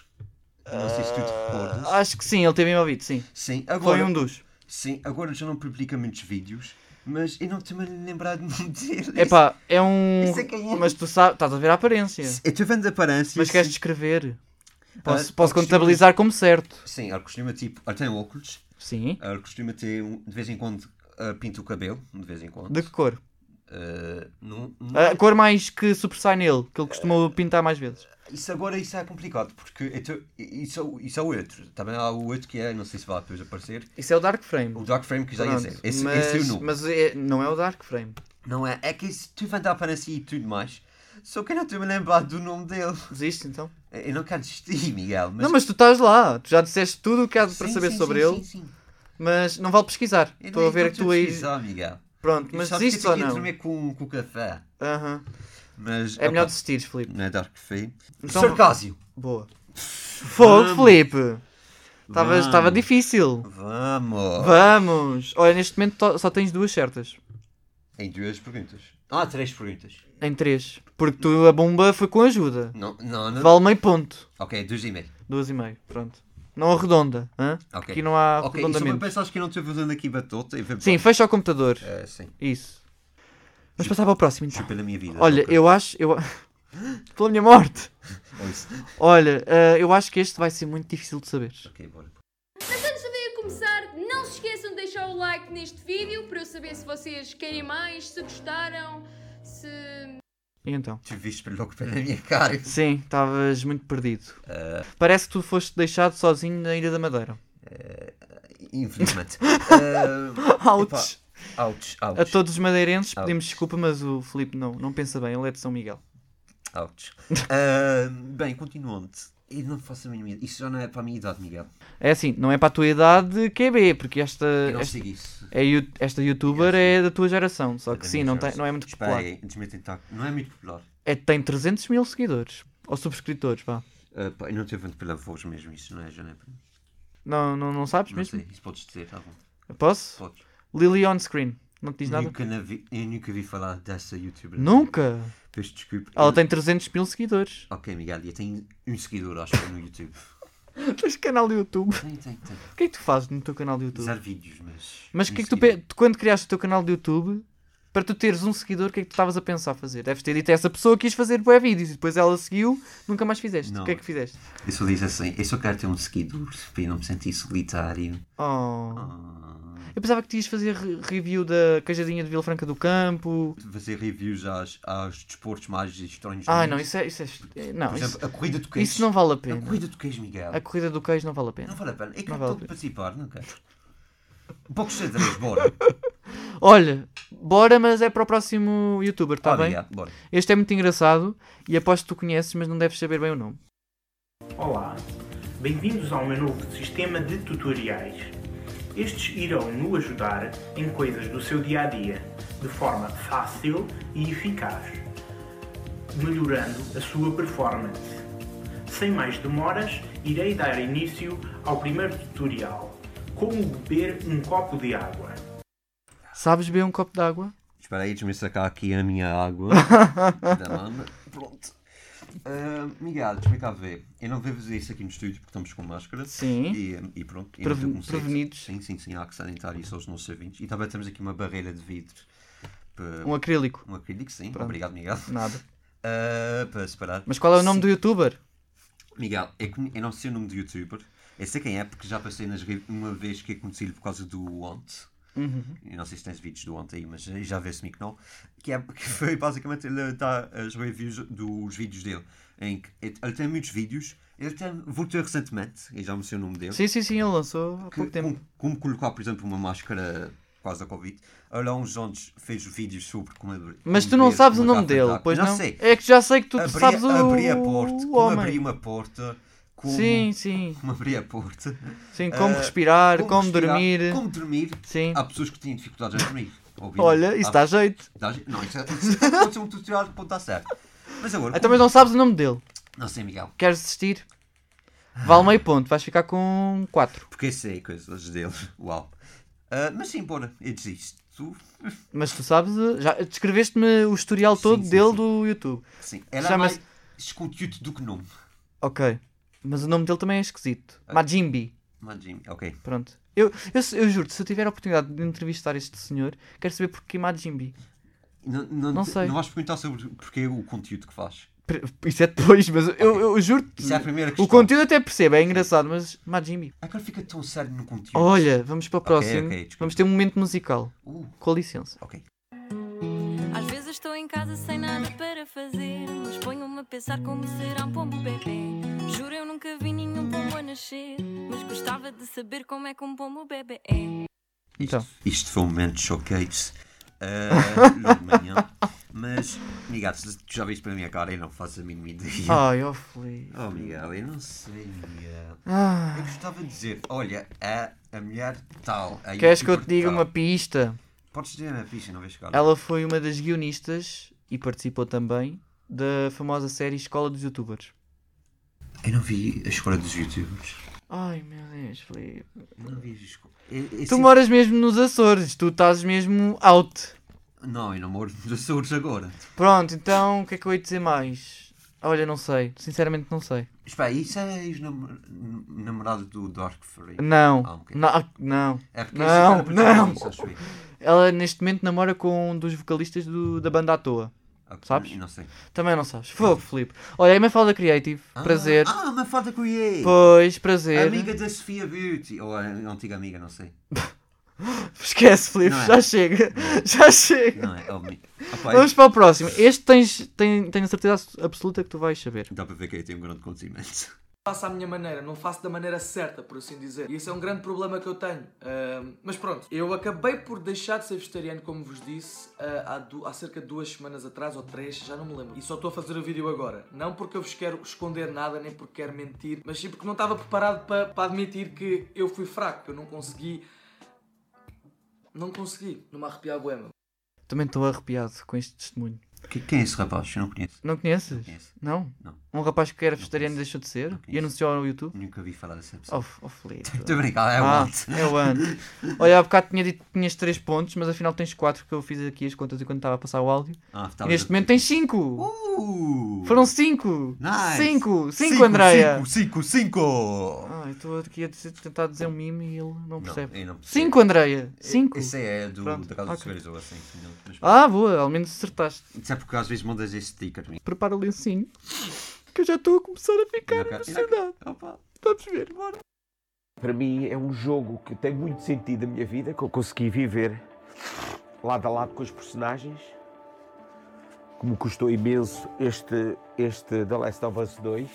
[SPEAKER 1] Não sei se tu te recordas.
[SPEAKER 2] Acho que sim, ele teve envolvido, sim.
[SPEAKER 1] Sim,
[SPEAKER 2] Ah, Foi
[SPEAKER 1] agora,
[SPEAKER 2] um dos.
[SPEAKER 1] sim, agora já não publica muitos vídeos, mas eu não estou-me a lembrar de nome dele.
[SPEAKER 2] Epá, é um.
[SPEAKER 1] Isso é quem é.
[SPEAKER 2] Mas tu sabes, estás a ver a aparência.
[SPEAKER 1] Eu estou vendo a aparência.
[SPEAKER 2] Mas queres
[SPEAKER 1] sim.
[SPEAKER 2] descrever? Posso,
[SPEAKER 1] Ah,
[SPEAKER 2] posso
[SPEAKER 1] costuma-
[SPEAKER 2] contabilizar como certo.
[SPEAKER 1] Sim, ele costuma tipo. Ele tem óculos,
[SPEAKER 2] Sim.
[SPEAKER 1] ele costuma ter um- de vez em quando eh, pinta o cabelo, de vez em quando.
[SPEAKER 2] De que cor?
[SPEAKER 1] Eh, não, não-
[SPEAKER 2] A cor mais que sobressai nele, que ele
[SPEAKER 1] Ah.
[SPEAKER 2] costuma pintar mais vezes.
[SPEAKER 1] Isso agora isso é complicado, porque eu tô- isso, isso é o outro. Também há o outro que é, não sei se vai depois aparecer,
[SPEAKER 2] Isso é o Dark Frame.
[SPEAKER 1] o Dark Frame que já ia
[SPEAKER 2] Pronto,
[SPEAKER 1] dizer. Esse,
[SPEAKER 2] mas,
[SPEAKER 1] esse eu não.
[SPEAKER 2] mas é- não é o Dark Frame.
[SPEAKER 1] Não é? É que isso tu vai dar aparência e tudo mais. Só que eu não estou a lembrar do nome dele.
[SPEAKER 2] Desiste então.
[SPEAKER 1] Eu não quero desistir, Miguel. Mas...
[SPEAKER 2] Não, mas tu estás lá. Tu já disseste tudo o que há de- para
[SPEAKER 1] Sim,
[SPEAKER 2] saber
[SPEAKER 1] sim,
[SPEAKER 2] sobre
[SPEAKER 1] sim,
[SPEAKER 2] ele.
[SPEAKER 1] Sim, sim.
[SPEAKER 2] Mas não vale pesquisar.
[SPEAKER 1] Eu
[SPEAKER 2] Estou
[SPEAKER 1] nem
[SPEAKER 2] a ver que
[SPEAKER 1] estou
[SPEAKER 2] tu aí.
[SPEAKER 1] pesquisar, Miguel.
[SPEAKER 2] Pronto,
[SPEAKER 1] Eu
[SPEAKER 2] mas
[SPEAKER 1] só sei
[SPEAKER 2] desistes
[SPEAKER 1] que eu
[SPEAKER 2] ou
[SPEAKER 1] tinha de
[SPEAKER 2] não?
[SPEAKER 1] dormir com, com o café.
[SPEAKER 2] Aham.
[SPEAKER 1] Mas,
[SPEAKER 2] É melhor
[SPEAKER 1] opa,
[SPEAKER 2] desistires, Filipe.
[SPEAKER 1] Não é Dark Frame.
[SPEAKER 2] Então-
[SPEAKER 1] Sarcásio.
[SPEAKER 2] Boa. Fogo,
[SPEAKER 1] Vamos.
[SPEAKER 2] Filipe! Estava
[SPEAKER 1] Vamos.
[SPEAKER 2] estava difícil.
[SPEAKER 1] Vamos.
[SPEAKER 2] Vamos! Olha, neste momento to- só tens duas certas.
[SPEAKER 1] Em duas perguntas. Ah, três perguntas.
[SPEAKER 2] Em três. Porque tu, a bomba foi com ajuda.
[SPEAKER 1] Não, não, não.
[SPEAKER 2] Vale meio ponto.
[SPEAKER 1] Ok, duas e meio.
[SPEAKER 2] Duas e meio. Pronto. Não arredonda. hã?
[SPEAKER 1] Ok.
[SPEAKER 2] Aqui não há
[SPEAKER 1] Ok, é só para
[SPEAKER 2] arredondamento.
[SPEAKER 1] pensares que eu não estou fazendo aqui batota. e vem-
[SPEAKER 2] Ah, Sim, fecha o computador.
[SPEAKER 1] É, sim.
[SPEAKER 2] Isso. Vamos passar para o próximo então.
[SPEAKER 1] Pela minha vida.
[SPEAKER 2] Olha, eu acho. Eu... Pela minha morte! Olha, eh, eu acho que este vai ser muito difícil de saber.
[SPEAKER 1] Ok, bora.
[SPEAKER 6] Antes de eu começar, não se esqueçam de deixar o like neste vídeo para eu saber se vocês querem mais, se gostaram, se.
[SPEAKER 2] E então?
[SPEAKER 1] Tu viste logo pela minha cara.
[SPEAKER 2] Sim, estavas muito perdido.
[SPEAKER 1] Eh.
[SPEAKER 2] Parece que tu foste deixado sozinho na Ilha da Madeira.
[SPEAKER 1] Infelizmente. uh,
[SPEAKER 2] Ouch!
[SPEAKER 1] ouch, ouch.
[SPEAKER 2] A todos os madeirenses pedimos desculpa, mas o Filipe não, não pensa bem, ele é de São Miguel.
[SPEAKER 1] ouch. Ah, bem, continuando. E não faço a mínima ideia. Isso já não é para a minha idade, Miguel.
[SPEAKER 2] É assim, não é para a tua idade que é B, porque esta,
[SPEAKER 1] Eu não
[SPEAKER 2] esta,
[SPEAKER 1] sigo isso.
[SPEAKER 2] é you- esta youtuber é da tua geração, só
[SPEAKER 1] da
[SPEAKER 2] que
[SPEAKER 1] minha
[SPEAKER 2] sim, não, tem,
[SPEAKER 1] geração.
[SPEAKER 2] não é muito
[SPEAKER 1] Espera
[SPEAKER 2] popular.
[SPEAKER 1] aí, antes de me tentar. Não é muito popular.
[SPEAKER 2] É, tem 300 mil seguidores, ou subscritores, vá.
[SPEAKER 1] Ah, pá, eu não estou vendo pela voz mesmo, isso não é, já não é para mim.
[SPEAKER 2] Não, não, não sabes
[SPEAKER 1] Não
[SPEAKER 2] mesmo?
[SPEAKER 1] sei, isso podes dizer, tá bom.
[SPEAKER 2] Posso?
[SPEAKER 1] Podes.
[SPEAKER 2] Lily on screen, não te diz nada?
[SPEAKER 1] Nunca na vi- eu nunca vi falar dessa youtuber.
[SPEAKER 2] Nunca!
[SPEAKER 1] Peço desculpa.
[SPEAKER 2] Ela
[SPEAKER 1] Eu-
[SPEAKER 2] tem 300 mil seguidores.
[SPEAKER 1] Ok, Miguel, eu tenho um seguidor, acho que no YouTube.
[SPEAKER 2] Tens canal do YouTube.
[SPEAKER 1] Tem, tem, tem.
[SPEAKER 2] O que é que tu fazes no teu canal do YouTube?
[SPEAKER 1] Zero vídeos, mas.
[SPEAKER 2] Mas o
[SPEAKER 1] um
[SPEAKER 2] que é que tu,
[SPEAKER 1] seguidor.
[SPEAKER 2] pe- tu- quando criaste o teu canal de YouTube, para tu teres um seguidor, o que é que tu estavas a pensar fazer? Deves ter dito a essa pessoa que quis fazer bué vídeos e depois ela seguiu, nunca mais fizeste.
[SPEAKER 1] Não.
[SPEAKER 2] O que é que fizeste?
[SPEAKER 1] Eu só disse assim, eu só quero ter um seguidor para eu não me sentir solitário.
[SPEAKER 2] Oh.
[SPEAKER 1] Ah,
[SPEAKER 2] Eu pensava que tu ias fazer re- review da queijadinha de Vila Franca do Campo.
[SPEAKER 1] fazer reviews às, aos desportos mais estranhos. do
[SPEAKER 2] Ah,
[SPEAKER 1] mundo.
[SPEAKER 2] não, isso é. Isso é é- não,
[SPEAKER 1] Por
[SPEAKER 2] isso,
[SPEAKER 1] exemplo, a corrida do queijo.
[SPEAKER 2] isso não vale a
[SPEAKER 1] A
[SPEAKER 2] pena.
[SPEAKER 1] corrida do queijo, Miguel.
[SPEAKER 2] A corrida do queijo não vale a
[SPEAKER 1] Não
[SPEAKER 2] pena.
[SPEAKER 1] vale a pena. É que
[SPEAKER 2] Não
[SPEAKER 1] não
[SPEAKER 2] vale a
[SPEAKER 1] estou a
[SPEAKER 2] pena.
[SPEAKER 1] participar, não quero. Um pouco de xadrez, bora.
[SPEAKER 2] Tá Olha, bora, mas é para o próximo youtuber, está
[SPEAKER 1] Bora,
[SPEAKER 2] bem?
[SPEAKER 1] Miguel, bora.
[SPEAKER 2] Este é muito engraçado e aposto que tu conheces, mas não deves saber bem o nome.
[SPEAKER 7] Olá, bem-vindos ao meu novo sistema de tutoriais. Estes irão no ajudar em coisas do seu dia a dia, de forma fácil e eficaz, melhorando a sua performance. Sem mais demoras, irei dar início ao primeiro tutorial: Como beber um copo de água.
[SPEAKER 2] Sabes beber um copo de água?
[SPEAKER 1] Espera aí, deixa-me sacar aqui a minha água da mama. Pronto. Ah, Miguel, deixa-me cá ver. Eu não devo dizer isso aqui no estúdio porque estamos com máscara.
[SPEAKER 2] Sim.
[SPEAKER 1] E, ah, e pronto. e
[SPEAKER 2] Preve-
[SPEAKER 1] não tem conceito.
[SPEAKER 2] prevenidos.
[SPEAKER 1] Sim, sim, sim. Há que sanitar isso aos nossos ouvintes. E também temos aqui uma barreira de vidro. Para...
[SPEAKER 2] Um acrílico?
[SPEAKER 1] Um acrílico, sim. Obrigado, Miguel.
[SPEAKER 2] Nada.
[SPEAKER 1] Ah, para separar.
[SPEAKER 2] Mas qual é o nome do youtuber?
[SPEAKER 1] Miguel, eu, conhe- eu não sei o nome do youtuber. Eu sei quem é, porque já passei nas redes uma vez que eu conheci-lhe por causa do Want.
[SPEAKER 2] Uhum.
[SPEAKER 1] Eu não sei se tens vídeos do Want aí, mas já vê-se-me que não. Que, é, que foi basicamente ele dá as reviews dos vídeos dele. Em que ele ele tem muitos vídeos. Ele tem, voltou recentemente, eu já não sei o nome dele.
[SPEAKER 2] Sim, sim, sim, ele lançou há
[SPEAKER 1] que- um
[SPEAKER 2] pouco tempo.
[SPEAKER 1] como, como colocar, por exemplo, uma máscara quase da Covid. Ele há uns anos fez vídeos sobre como abrir.
[SPEAKER 2] Mas
[SPEAKER 1] como
[SPEAKER 2] tu não
[SPEAKER 1] beber
[SPEAKER 2] sabes o
[SPEAKER 1] uma
[SPEAKER 2] nome
[SPEAKER 1] garrafa de
[SPEAKER 2] dele,
[SPEAKER 1] água.
[SPEAKER 2] pois
[SPEAKER 1] Eu
[SPEAKER 2] não?
[SPEAKER 1] sei.
[SPEAKER 2] É que já sei que tu
[SPEAKER 1] Abri,
[SPEAKER 2] sabes o
[SPEAKER 1] abri a porta,
[SPEAKER 2] o
[SPEAKER 1] como abri
[SPEAKER 2] homem.
[SPEAKER 1] uma porta, como,
[SPEAKER 2] Sim, sim.
[SPEAKER 1] como abri a porta,
[SPEAKER 2] Sim, como
[SPEAKER 1] Ah,
[SPEAKER 2] respirar, como,
[SPEAKER 1] respirar,
[SPEAKER 2] dormir.
[SPEAKER 1] como dormir.
[SPEAKER 2] Sim.
[SPEAKER 1] Há pessoas que têm dificuldades a dormir. obviamente.
[SPEAKER 2] Olha, isso
[SPEAKER 1] Há-
[SPEAKER 2] dá jeito.
[SPEAKER 1] dá jeito. Não, isso é, isso pode ser um tutorial que pode dar certo. Mas agora,
[SPEAKER 2] Então, mas não sabes o nome dele.
[SPEAKER 1] como- não sei, Miguel,
[SPEAKER 2] Queres assistir? Vale meio ponto, vais ficar com 4.
[SPEAKER 1] porque eu sei coisas dele. Uau. Ah, mas sim, bora, eu desisto.
[SPEAKER 2] Mas tu sabes, eh, já descreveste-me o historial todo
[SPEAKER 1] sim,
[SPEAKER 2] dele
[SPEAKER 1] sim.
[SPEAKER 2] do YouTube.
[SPEAKER 1] Sim, ela é
[SPEAKER 2] Chama-se-
[SPEAKER 1] mais escondido do que nome.
[SPEAKER 2] Ok. Mas o nome dele também é esquisito.
[SPEAKER 1] Ah.
[SPEAKER 2] Majimbi.
[SPEAKER 1] Imagine, ok.
[SPEAKER 2] Pronto. Eu, eu, se- eu juro, se eu tiver a oportunidade de entrevistar este senhor, quero saber porque Majimbi.
[SPEAKER 1] Não, não,
[SPEAKER 2] Não sei.
[SPEAKER 1] Não vais perguntar sobre porque o conteúdo que faz.
[SPEAKER 2] Pre- Isso é depois, mas eu, eu juro-te.
[SPEAKER 1] Isso é a primeira
[SPEAKER 2] Hum. o
[SPEAKER 1] questão.
[SPEAKER 2] conteúdo até percebo, é engraçado, mas Majimbi.
[SPEAKER 1] Agora fica tão sério no conteúdo.
[SPEAKER 2] Olha, vamos para o
[SPEAKER 1] Ok,
[SPEAKER 2] próximo.
[SPEAKER 1] ok, desculpa.
[SPEAKER 2] vamos ter um momento musical.
[SPEAKER 1] Uh,
[SPEAKER 2] Com licença.
[SPEAKER 1] ok.
[SPEAKER 8] Às vezes estou em casa sem nada para fazer, mas ponho-me a pensar como será um pombo bebê. Juro eu nunca vi nenhum pombo a nascer, mas gostava de saber como é que um pombo bebê é.
[SPEAKER 2] Então.
[SPEAKER 1] Isto foi um momento showcase uh, logo de manhã. Mas, Miguel, se tu já viste para a minha cara, eu não faço a mínima ideia.
[SPEAKER 2] Ai, oh, feliz.
[SPEAKER 1] Oh, Miguel, eu não sei, Miguel. É
[SPEAKER 2] Ah,
[SPEAKER 1] Eu gostava de dizer, olha, é a mulher tal. a
[SPEAKER 2] queres que eu te
[SPEAKER 1] youtuber
[SPEAKER 2] diga
[SPEAKER 1] tal.
[SPEAKER 2] uma pista?
[SPEAKER 1] Podes dizer na ficha, não vês cara?
[SPEAKER 2] Ela foi uma das guionistas e participou também da famosa série Escola dos Youtubers.
[SPEAKER 1] Eu não vi a escola dos youtubers.
[SPEAKER 2] Ai meu Deus, Filipe.
[SPEAKER 1] Eu não vi a escola. Eu- eu
[SPEAKER 2] Tu
[SPEAKER 1] sempre-
[SPEAKER 2] moras mesmo nos Açores, tu estás mesmo out.
[SPEAKER 1] Não, eu não moro nos Açores agora.
[SPEAKER 2] Pronto, então o que é que eu ia dizer mais? Olha, não sei, sinceramente não sei.
[SPEAKER 1] Espera, isso é ex-namorado do Dark Fury.
[SPEAKER 2] Não,
[SPEAKER 1] Ah, ok.
[SPEAKER 2] não, ah, não.
[SPEAKER 1] É porque
[SPEAKER 2] Não,
[SPEAKER 1] isso era
[SPEAKER 2] não.
[SPEAKER 1] isso, acho eu.
[SPEAKER 2] Ela neste momento namora com um dos vocalistas do- da banda à toa.
[SPEAKER 1] Ok,
[SPEAKER 2] Sabes?
[SPEAKER 1] Não sei.
[SPEAKER 2] Também não sabes. Fogo, Filipe. Olha, é Mafalda Creative. Prazer.
[SPEAKER 1] Ah, uma foto com o Ye.
[SPEAKER 2] Pois, prazer.
[SPEAKER 1] Amiga da Sofia Beauty. Ou a antiga amiga, não sei.
[SPEAKER 2] Esquece, Filipe,
[SPEAKER 1] Não é.
[SPEAKER 2] já chega. Já chega.
[SPEAKER 1] Não é? Óbvio. Opa,
[SPEAKER 2] Vamos para o próximo. Este tens, ten- tenho a certeza abs- absoluta que tu vais saber.
[SPEAKER 1] Dá para ver que eu tenho um grande conhecimento.
[SPEAKER 9] faço à minha maneira, não faço da maneira certa, por assim dizer. E esse é um grande problema que eu tenho. Ahm, mas pronto, eu acabei por deixar de ser vegetariano, como vos disse, ah, há, du- há cerca de duas semanas atrás, ou três, já não me lembro. E só estou a fazer o vídeo agora. Não porque eu vos quero esconder nada, nem porque quero mentir, mas sim porque não estava preparado para para admitir que eu fui fraco, que eu não consegui. Não consegui, não me arrepiar a goema.
[SPEAKER 2] Também estou arrepiado com este testemunho.
[SPEAKER 1] Que- Quem é esse rapaz? Eu não conheço.
[SPEAKER 2] Não conheces?
[SPEAKER 1] conheço.
[SPEAKER 2] Não?
[SPEAKER 1] Não.
[SPEAKER 2] Um rapaz que era vegetariano e deixou de ser e
[SPEAKER 1] conheço.
[SPEAKER 2] anunciou ao YouTube?
[SPEAKER 1] Nunca vi falar dessa pessoa.
[SPEAKER 2] Oh, f- oh Filipe.
[SPEAKER 1] Estou a brincar, é
[SPEAKER 2] Ah,
[SPEAKER 1] o Ant.
[SPEAKER 2] é o Ant. Olha, há bocado tinha dito que tinhas 3 pontos, mas afinal tens 4 porque eu fiz aqui as contas enquanto estava a passar o áudio.
[SPEAKER 1] Ah,
[SPEAKER 2] E
[SPEAKER 1] estava-
[SPEAKER 2] neste momento tens 5!
[SPEAKER 1] Uh!
[SPEAKER 2] Foram 5!
[SPEAKER 1] Nice.
[SPEAKER 2] 5! 5,
[SPEAKER 1] Cinco,
[SPEAKER 2] Andréia!
[SPEAKER 1] Cinco, cinco, cinco!
[SPEAKER 2] Ai, estou aqui a dizer- tentar dizer um mimo e ele não percebe.
[SPEAKER 1] eu não percebo.
[SPEAKER 2] 5, Andréia! 5!
[SPEAKER 1] Esse é do,
[SPEAKER 2] Pronto,
[SPEAKER 1] da Casa
[SPEAKER 2] ok.
[SPEAKER 1] dos Segredos ou assim. não- mas-
[SPEAKER 2] Ah, boa, ao menos acertaste.
[SPEAKER 1] Isso é porque às vezes mandas esse sticker. é? Miguel.
[SPEAKER 2] prepara o lencinho. Que eu já estou a começar a
[SPEAKER 1] E
[SPEAKER 2] ficar
[SPEAKER 1] na ca- e na ca-
[SPEAKER 2] emocionado.
[SPEAKER 1] Opa.
[SPEAKER 2] Vamos ver, bora.
[SPEAKER 10] Para mim é um jogo que tem muito sentido na minha vida, que eu consegui viver lado a lado com os personagens, que me custou imenso este, este The Last of Us 2.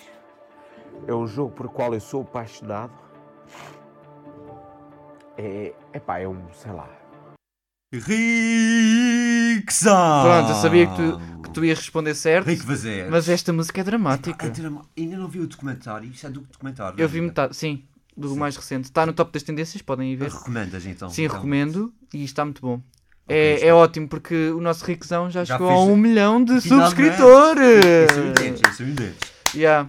[SPEAKER 10] É um jogo por qual eu sou apaixonado. É, epá, é um, sei lá,
[SPEAKER 1] Rickson!
[SPEAKER 2] Pronto, eu sabia que tu, que tu ias responder certo,
[SPEAKER 1] Rick Vazé.
[SPEAKER 2] mas esta música é
[SPEAKER 1] Ah,
[SPEAKER 2] dramática.
[SPEAKER 1] drama- Ainda não vi o documentário. Isso é do documentário.
[SPEAKER 2] Eu
[SPEAKER 1] não é,
[SPEAKER 2] vi
[SPEAKER 1] Miguel?
[SPEAKER 2] metade, sim, do mais recente. Está no top das tendências, podem ir ver.
[SPEAKER 1] Recomendas então?
[SPEAKER 2] Sim,
[SPEAKER 1] então.
[SPEAKER 2] recomendo e está muito bom. É,
[SPEAKER 1] está.
[SPEAKER 2] é ótimo porque o nosso Riquezão já,
[SPEAKER 1] Já
[SPEAKER 2] chegou a
[SPEAKER 1] fez- é?
[SPEAKER 2] um milhão de
[SPEAKER 1] Finalmente.
[SPEAKER 2] subscritores.
[SPEAKER 1] Isso é um deles, isso é um deles.
[SPEAKER 2] Yeah.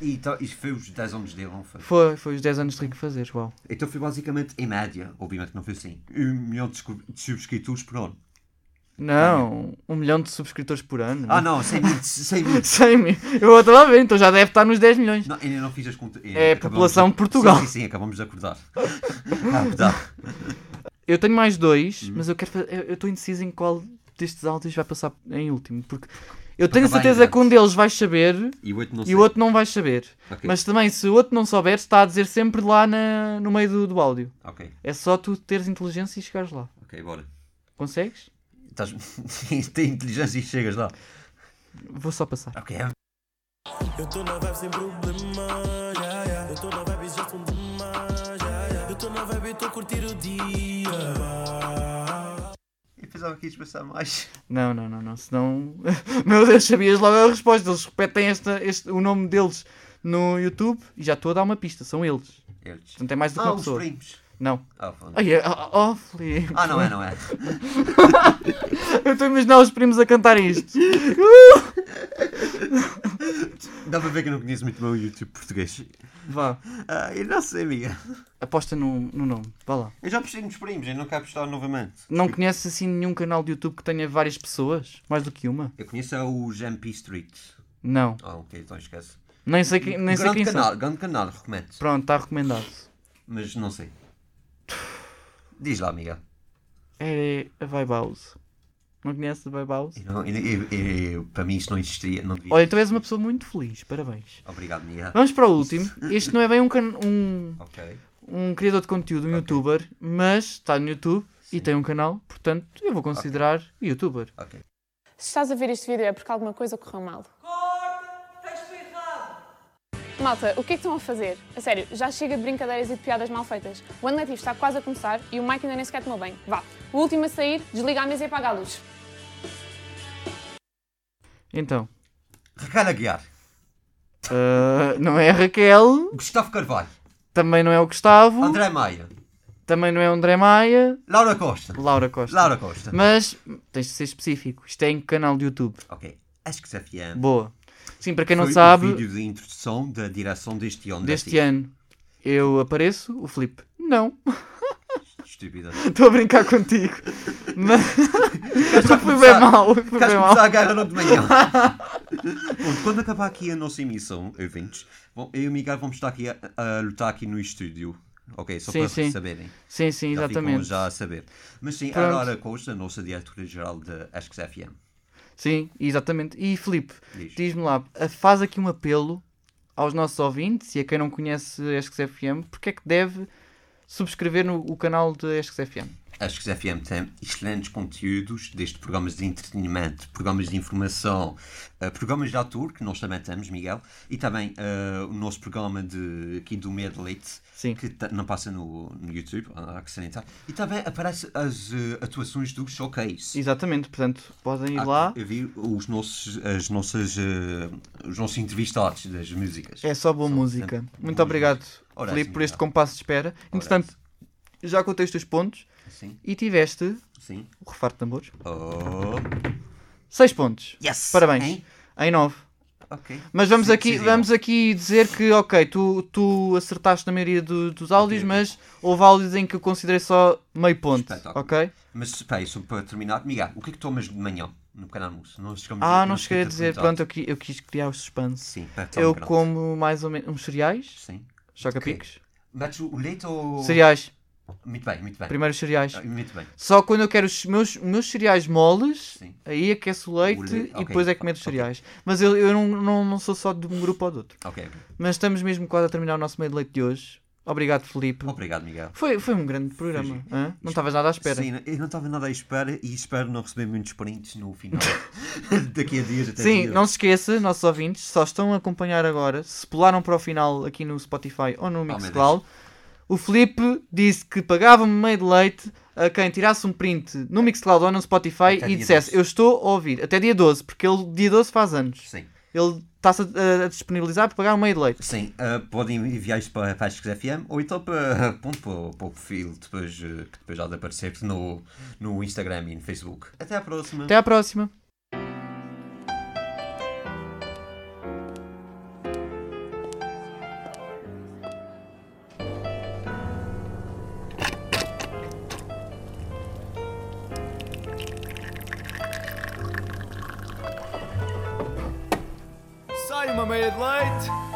[SPEAKER 1] E então, isto foi os 10 anos dele, não foi?
[SPEAKER 2] Foi, foi os 10 anos de Rico fazer, uau.
[SPEAKER 1] Então foi basicamente, em média, obviamente não foi assim, um milhão de subscri- de subscritores por ano.
[SPEAKER 2] Não, um milhão de subscritores por ano.
[SPEAKER 1] Ah não, 100 mil, 100 mil.
[SPEAKER 2] 100 mil. Eu estava a ver, então já deve estar nos 10 milhões.
[SPEAKER 1] Não, ainda não fiz as contas.
[SPEAKER 2] É a população de Portugal.
[SPEAKER 1] Sim, sim, sim, acabamos de acordar. Ah, verdade.
[SPEAKER 2] Eu tenho mais dois,
[SPEAKER 1] Uhum.
[SPEAKER 2] mas eu quero fazer. eu- Eu estou indeciso em qual destes áudios vai passar em último, porque eu tenho
[SPEAKER 1] acabar em
[SPEAKER 2] certeza que
[SPEAKER 1] grande.
[SPEAKER 2] um deles vais saber
[SPEAKER 1] E o outro não
[SPEAKER 2] e o outro não vais saber.
[SPEAKER 1] Ok.
[SPEAKER 2] Mas também, se o outro não souber, está a dizer sempre lá na- no meio do, do áudio.
[SPEAKER 1] Ok,
[SPEAKER 2] É só tu teres inteligência e chegares lá.
[SPEAKER 1] ok, bora.
[SPEAKER 2] Consegues?
[SPEAKER 1] Estás... Tem inteligência e chegas lá.
[SPEAKER 2] Vou só passar.
[SPEAKER 1] Ok, é-
[SPEAKER 11] Eu tô na vibe sem problema, yeah, yeah. Eu tô na vibe e já são demais, yeah, yeah. Eu tô na vibe e tô a curtir o dia.
[SPEAKER 1] eu pensava que ias passar mais.
[SPEAKER 2] Não, não, não, não. Senão. Meu Deus, sabias logo a resposta. Eles repetem esta, este, o nome deles no YouTube e já estou a dar uma pista. São eles.
[SPEAKER 1] Eles.
[SPEAKER 2] Portanto, é mais do que
[SPEAKER 1] Ah,
[SPEAKER 2] uma
[SPEAKER 1] os
[SPEAKER 2] pessoa.
[SPEAKER 1] primos.
[SPEAKER 2] Não.
[SPEAKER 1] Ah, foda.
[SPEAKER 2] Ai, é- ah, oh, Filipe.
[SPEAKER 1] Ah, não é, não é.
[SPEAKER 2] Eu estou a imaginar os primos a cantar isto.
[SPEAKER 1] Dá para ver que eu não conheço muito bem o YouTube português.
[SPEAKER 2] Vá.
[SPEAKER 1] Ah, eu não sei, Miguel.
[SPEAKER 2] Aposta no, no nome. Vá lá.
[SPEAKER 1] Eu já apostei nos primos, eu não quero apostar novamente.
[SPEAKER 2] Não conheces assim nenhum canal de YouTube que tenha várias pessoas? Mais do que uma?
[SPEAKER 1] Eu conheço é o MP Street.
[SPEAKER 2] Não.
[SPEAKER 1] Ah, ok, então esquece.
[SPEAKER 2] Nem sei, quem- nem sei
[SPEAKER 1] Um grande
[SPEAKER 2] quem
[SPEAKER 1] canal,
[SPEAKER 2] são.
[SPEAKER 1] grande canal, recomendo.
[SPEAKER 2] Pronto, está recomendado.
[SPEAKER 1] Mas não sei. Diz lá, Miguel.
[SPEAKER 2] É a Vibe House. Não conheces a Vibe House?
[SPEAKER 1] Eu não- eu- eu- eu- eu- para mim isso não existia, não devia.
[SPEAKER 2] Olha, então- tu és uma pessoa muito feliz. Parabéns.
[SPEAKER 1] Obrigado, Miguel.
[SPEAKER 2] Vamos para o último. Este não é bem um, can- um,
[SPEAKER 1] Ok.
[SPEAKER 2] um criador de conteúdo, um youtuber, mas está no YouTube e tem um canal, portanto eu vou considerar youtuber.
[SPEAKER 12] Se estás a ver este vídeo é porque alguma coisa correu mal. Malta, o que é que estão a fazer? A sério, já chega de brincadeiras e de piadas mal feitas. O ano letivo está quase a começar e o Mike ainda nem sequer tomou bem. Vá, o último a sair, desliga a mesa e apaga a luz.
[SPEAKER 2] Então,
[SPEAKER 1] Ricardo Aguiar.
[SPEAKER 2] ah, não é a Raquel,
[SPEAKER 1] Gustavo Carvalho.
[SPEAKER 2] também não é o Gustavo,
[SPEAKER 1] André Maia.
[SPEAKER 2] também não é o André Maia,
[SPEAKER 1] Laura Costa.
[SPEAKER 2] Laura Costa.
[SPEAKER 1] Laura Costa.
[SPEAKER 2] Mas tens de ser específico. Isto é em que canal de YouTube.
[SPEAKER 1] Ok. Acho que se afiamos.
[SPEAKER 2] Boa. Sim, para quem não
[SPEAKER 1] Foi
[SPEAKER 2] sabe,
[SPEAKER 1] o vídeo de introdução da direção deste ano.
[SPEAKER 2] deste
[SPEAKER 1] desta-
[SPEAKER 2] ano eu apareço, o Filipe. Não,
[SPEAKER 1] Estúpida.
[SPEAKER 2] estou a brincar contigo. Mas
[SPEAKER 1] Queres
[SPEAKER 2] foi bem mal. Foi
[SPEAKER 1] Queres
[SPEAKER 2] bem mal.
[SPEAKER 1] começar a guerra não de manhã? Bom, quando acabar aqui a nossa emissão, ouvintes, bom, eu e o Miguel vamos estar aqui a, a lutar aqui no estúdio. Ok, só
[SPEAKER 2] Sim,
[SPEAKER 1] para
[SPEAKER 2] sim.
[SPEAKER 1] saberem.
[SPEAKER 2] Sim, sim,
[SPEAKER 1] Já ficam
[SPEAKER 2] exatamente.
[SPEAKER 1] já a saber. Mas sim,
[SPEAKER 2] Pronto.
[SPEAKER 1] a Laura Costa, a nossa diretora-geral da Asks FM.
[SPEAKER 2] Sim, exatamente. E Filipe,
[SPEAKER 1] Diz.
[SPEAKER 2] diz-me lá, a- faz aqui um apelo aos nossos ouvintes e a quem não conhece a ESCS-FM, porque é que deve subscrever no, o canal da ESCS-FM?
[SPEAKER 1] Acho que FM tem excelentes conteúdos, desde programas de entretenimento, programas de informação, eh, programas de autor, que nós também temos, Miguel, e também eh, o nosso programa de, aqui do Meia de Leite,
[SPEAKER 2] Sim.
[SPEAKER 1] que ta- não passa no, no YouTube, há há que salientar. E também aparecem as eh, atuações do Showcase.
[SPEAKER 2] Exatamente, portanto, podem ir
[SPEAKER 1] Há que
[SPEAKER 2] lá.
[SPEAKER 1] ver os nossos, as nossas, eh, os nossos entrevistados das músicas.
[SPEAKER 2] É só boa música.
[SPEAKER 1] portanto,
[SPEAKER 2] Muito
[SPEAKER 1] boas
[SPEAKER 2] obrigado,
[SPEAKER 1] Ora,
[SPEAKER 2] Filipe,
[SPEAKER 1] sim,
[SPEAKER 2] por este
[SPEAKER 1] obrigado.
[SPEAKER 2] compasso de espera. Entretanto, já contei os teus pontos
[SPEAKER 1] Sim,
[SPEAKER 2] e tiveste,
[SPEAKER 1] sim.
[SPEAKER 2] o refarto de tambores,
[SPEAKER 1] Oh,
[SPEAKER 2] 6 pontos.
[SPEAKER 1] yes!
[SPEAKER 2] Parabéns.
[SPEAKER 1] Hein?
[SPEAKER 2] Em 9.
[SPEAKER 1] Ok.
[SPEAKER 2] Mas vamos
[SPEAKER 1] Sim,
[SPEAKER 2] aqui,
[SPEAKER 1] decidiram.
[SPEAKER 2] vamos aqui dizer que, ok, tu, tu acertaste na maioria do- dos áudios,
[SPEAKER 1] Ok, ok.
[SPEAKER 2] mas houve áudios em que eu considerei só meio ponto,
[SPEAKER 1] Espetáculo.
[SPEAKER 2] ok?
[SPEAKER 1] Mas espera aí, só para terminar, Miguel, o que é que tomas de manhã no pequeno almoço? Não chegamos
[SPEAKER 2] Ah, não
[SPEAKER 1] chegamos
[SPEAKER 2] cheguei a
[SPEAKER 1] ter
[SPEAKER 2] dizer,
[SPEAKER 1] perguntado.
[SPEAKER 2] pronto, eu, qui- eu quis criar o suspense.
[SPEAKER 1] Sim, um para
[SPEAKER 2] eu
[SPEAKER 1] Tom Cruise.
[SPEAKER 2] como mais ou menos uns cereais,
[SPEAKER 1] Sim.
[SPEAKER 2] chocapicos,
[SPEAKER 1] Metes o leite ou.
[SPEAKER 2] cereais,
[SPEAKER 1] Muito bem, muito bem.
[SPEAKER 2] primeiro os cereais.
[SPEAKER 1] Ah, Muito bem.
[SPEAKER 2] Só quando eu quero os meus, meus cereais moles,
[SPEAKER 1] Sim.
[SPEAKER 2] aí aqueço o leite
[SPEAKER 1] O leite,
[SPEAKER 2] e
[SPEAKER 1] ok,
[SPEAKER 2] depois é que meto os
[SPEAKER 1] ok.
[SPEAKER 2] cereais. Mas eu, eu não, não, não sou só de um grupo ou do outro.
[SPEAKER 1] Ok. ok.
[SPEAKER 2] Mas estamos mesmo quase a terminar o nosso meio de leite de hoje. Obrigado, Felipe.
[SPEAKER 1] Obrigado, Miguel.
[SPEAKER 2] Foi, foi um grande programa.
[SPEAKER 1] Foi
[SPEAKER 2] hã? Não estavas nada à espera.
[SPEAKER 1] Sim, eu não estava nada à espera e espero não receber muitos prints no final. Daqui a dias até
[SPEAKER 2] Sim,
[SPEAKER 1] dias.
[SPEAKER 2] não se esqueça, nossos ouvintes, só estão a acompanhar agora, se pularam para o final aqui no Spotify ou no
[SPEAKER 1] Ah, meu
[SPEAKER 2] Mixcloud, o Felipe disse que pagava-me meio de leite a quem tirasse um print no Mixcloud ou no Spotify
[SPEAKER 1] Até
[SPEAKER 2] e
[SPEAKER 1] dia
[SPEAKER 2] dissesse,
[SPEAKER 1] 12.
[SPEAKER 2] eu estou a ouvir, até dia 12, porque ele dia 12 faz anos.
[SPEAKER 1] Sim.
[SPEAKER 2] Ele está-se a, a disponibilizar para pagar um meio de leite.
[SPEAKER 1] Sim, ah, podem enviar isto para a Asks FM ou então para, ponto, para, para o perfil depois, eh, que depois há de aparecer no, no Instagram e no Facebook. Até à próxima.
[SPEAKER 2] Até à próxima.
[SPEAKER 10] made it late.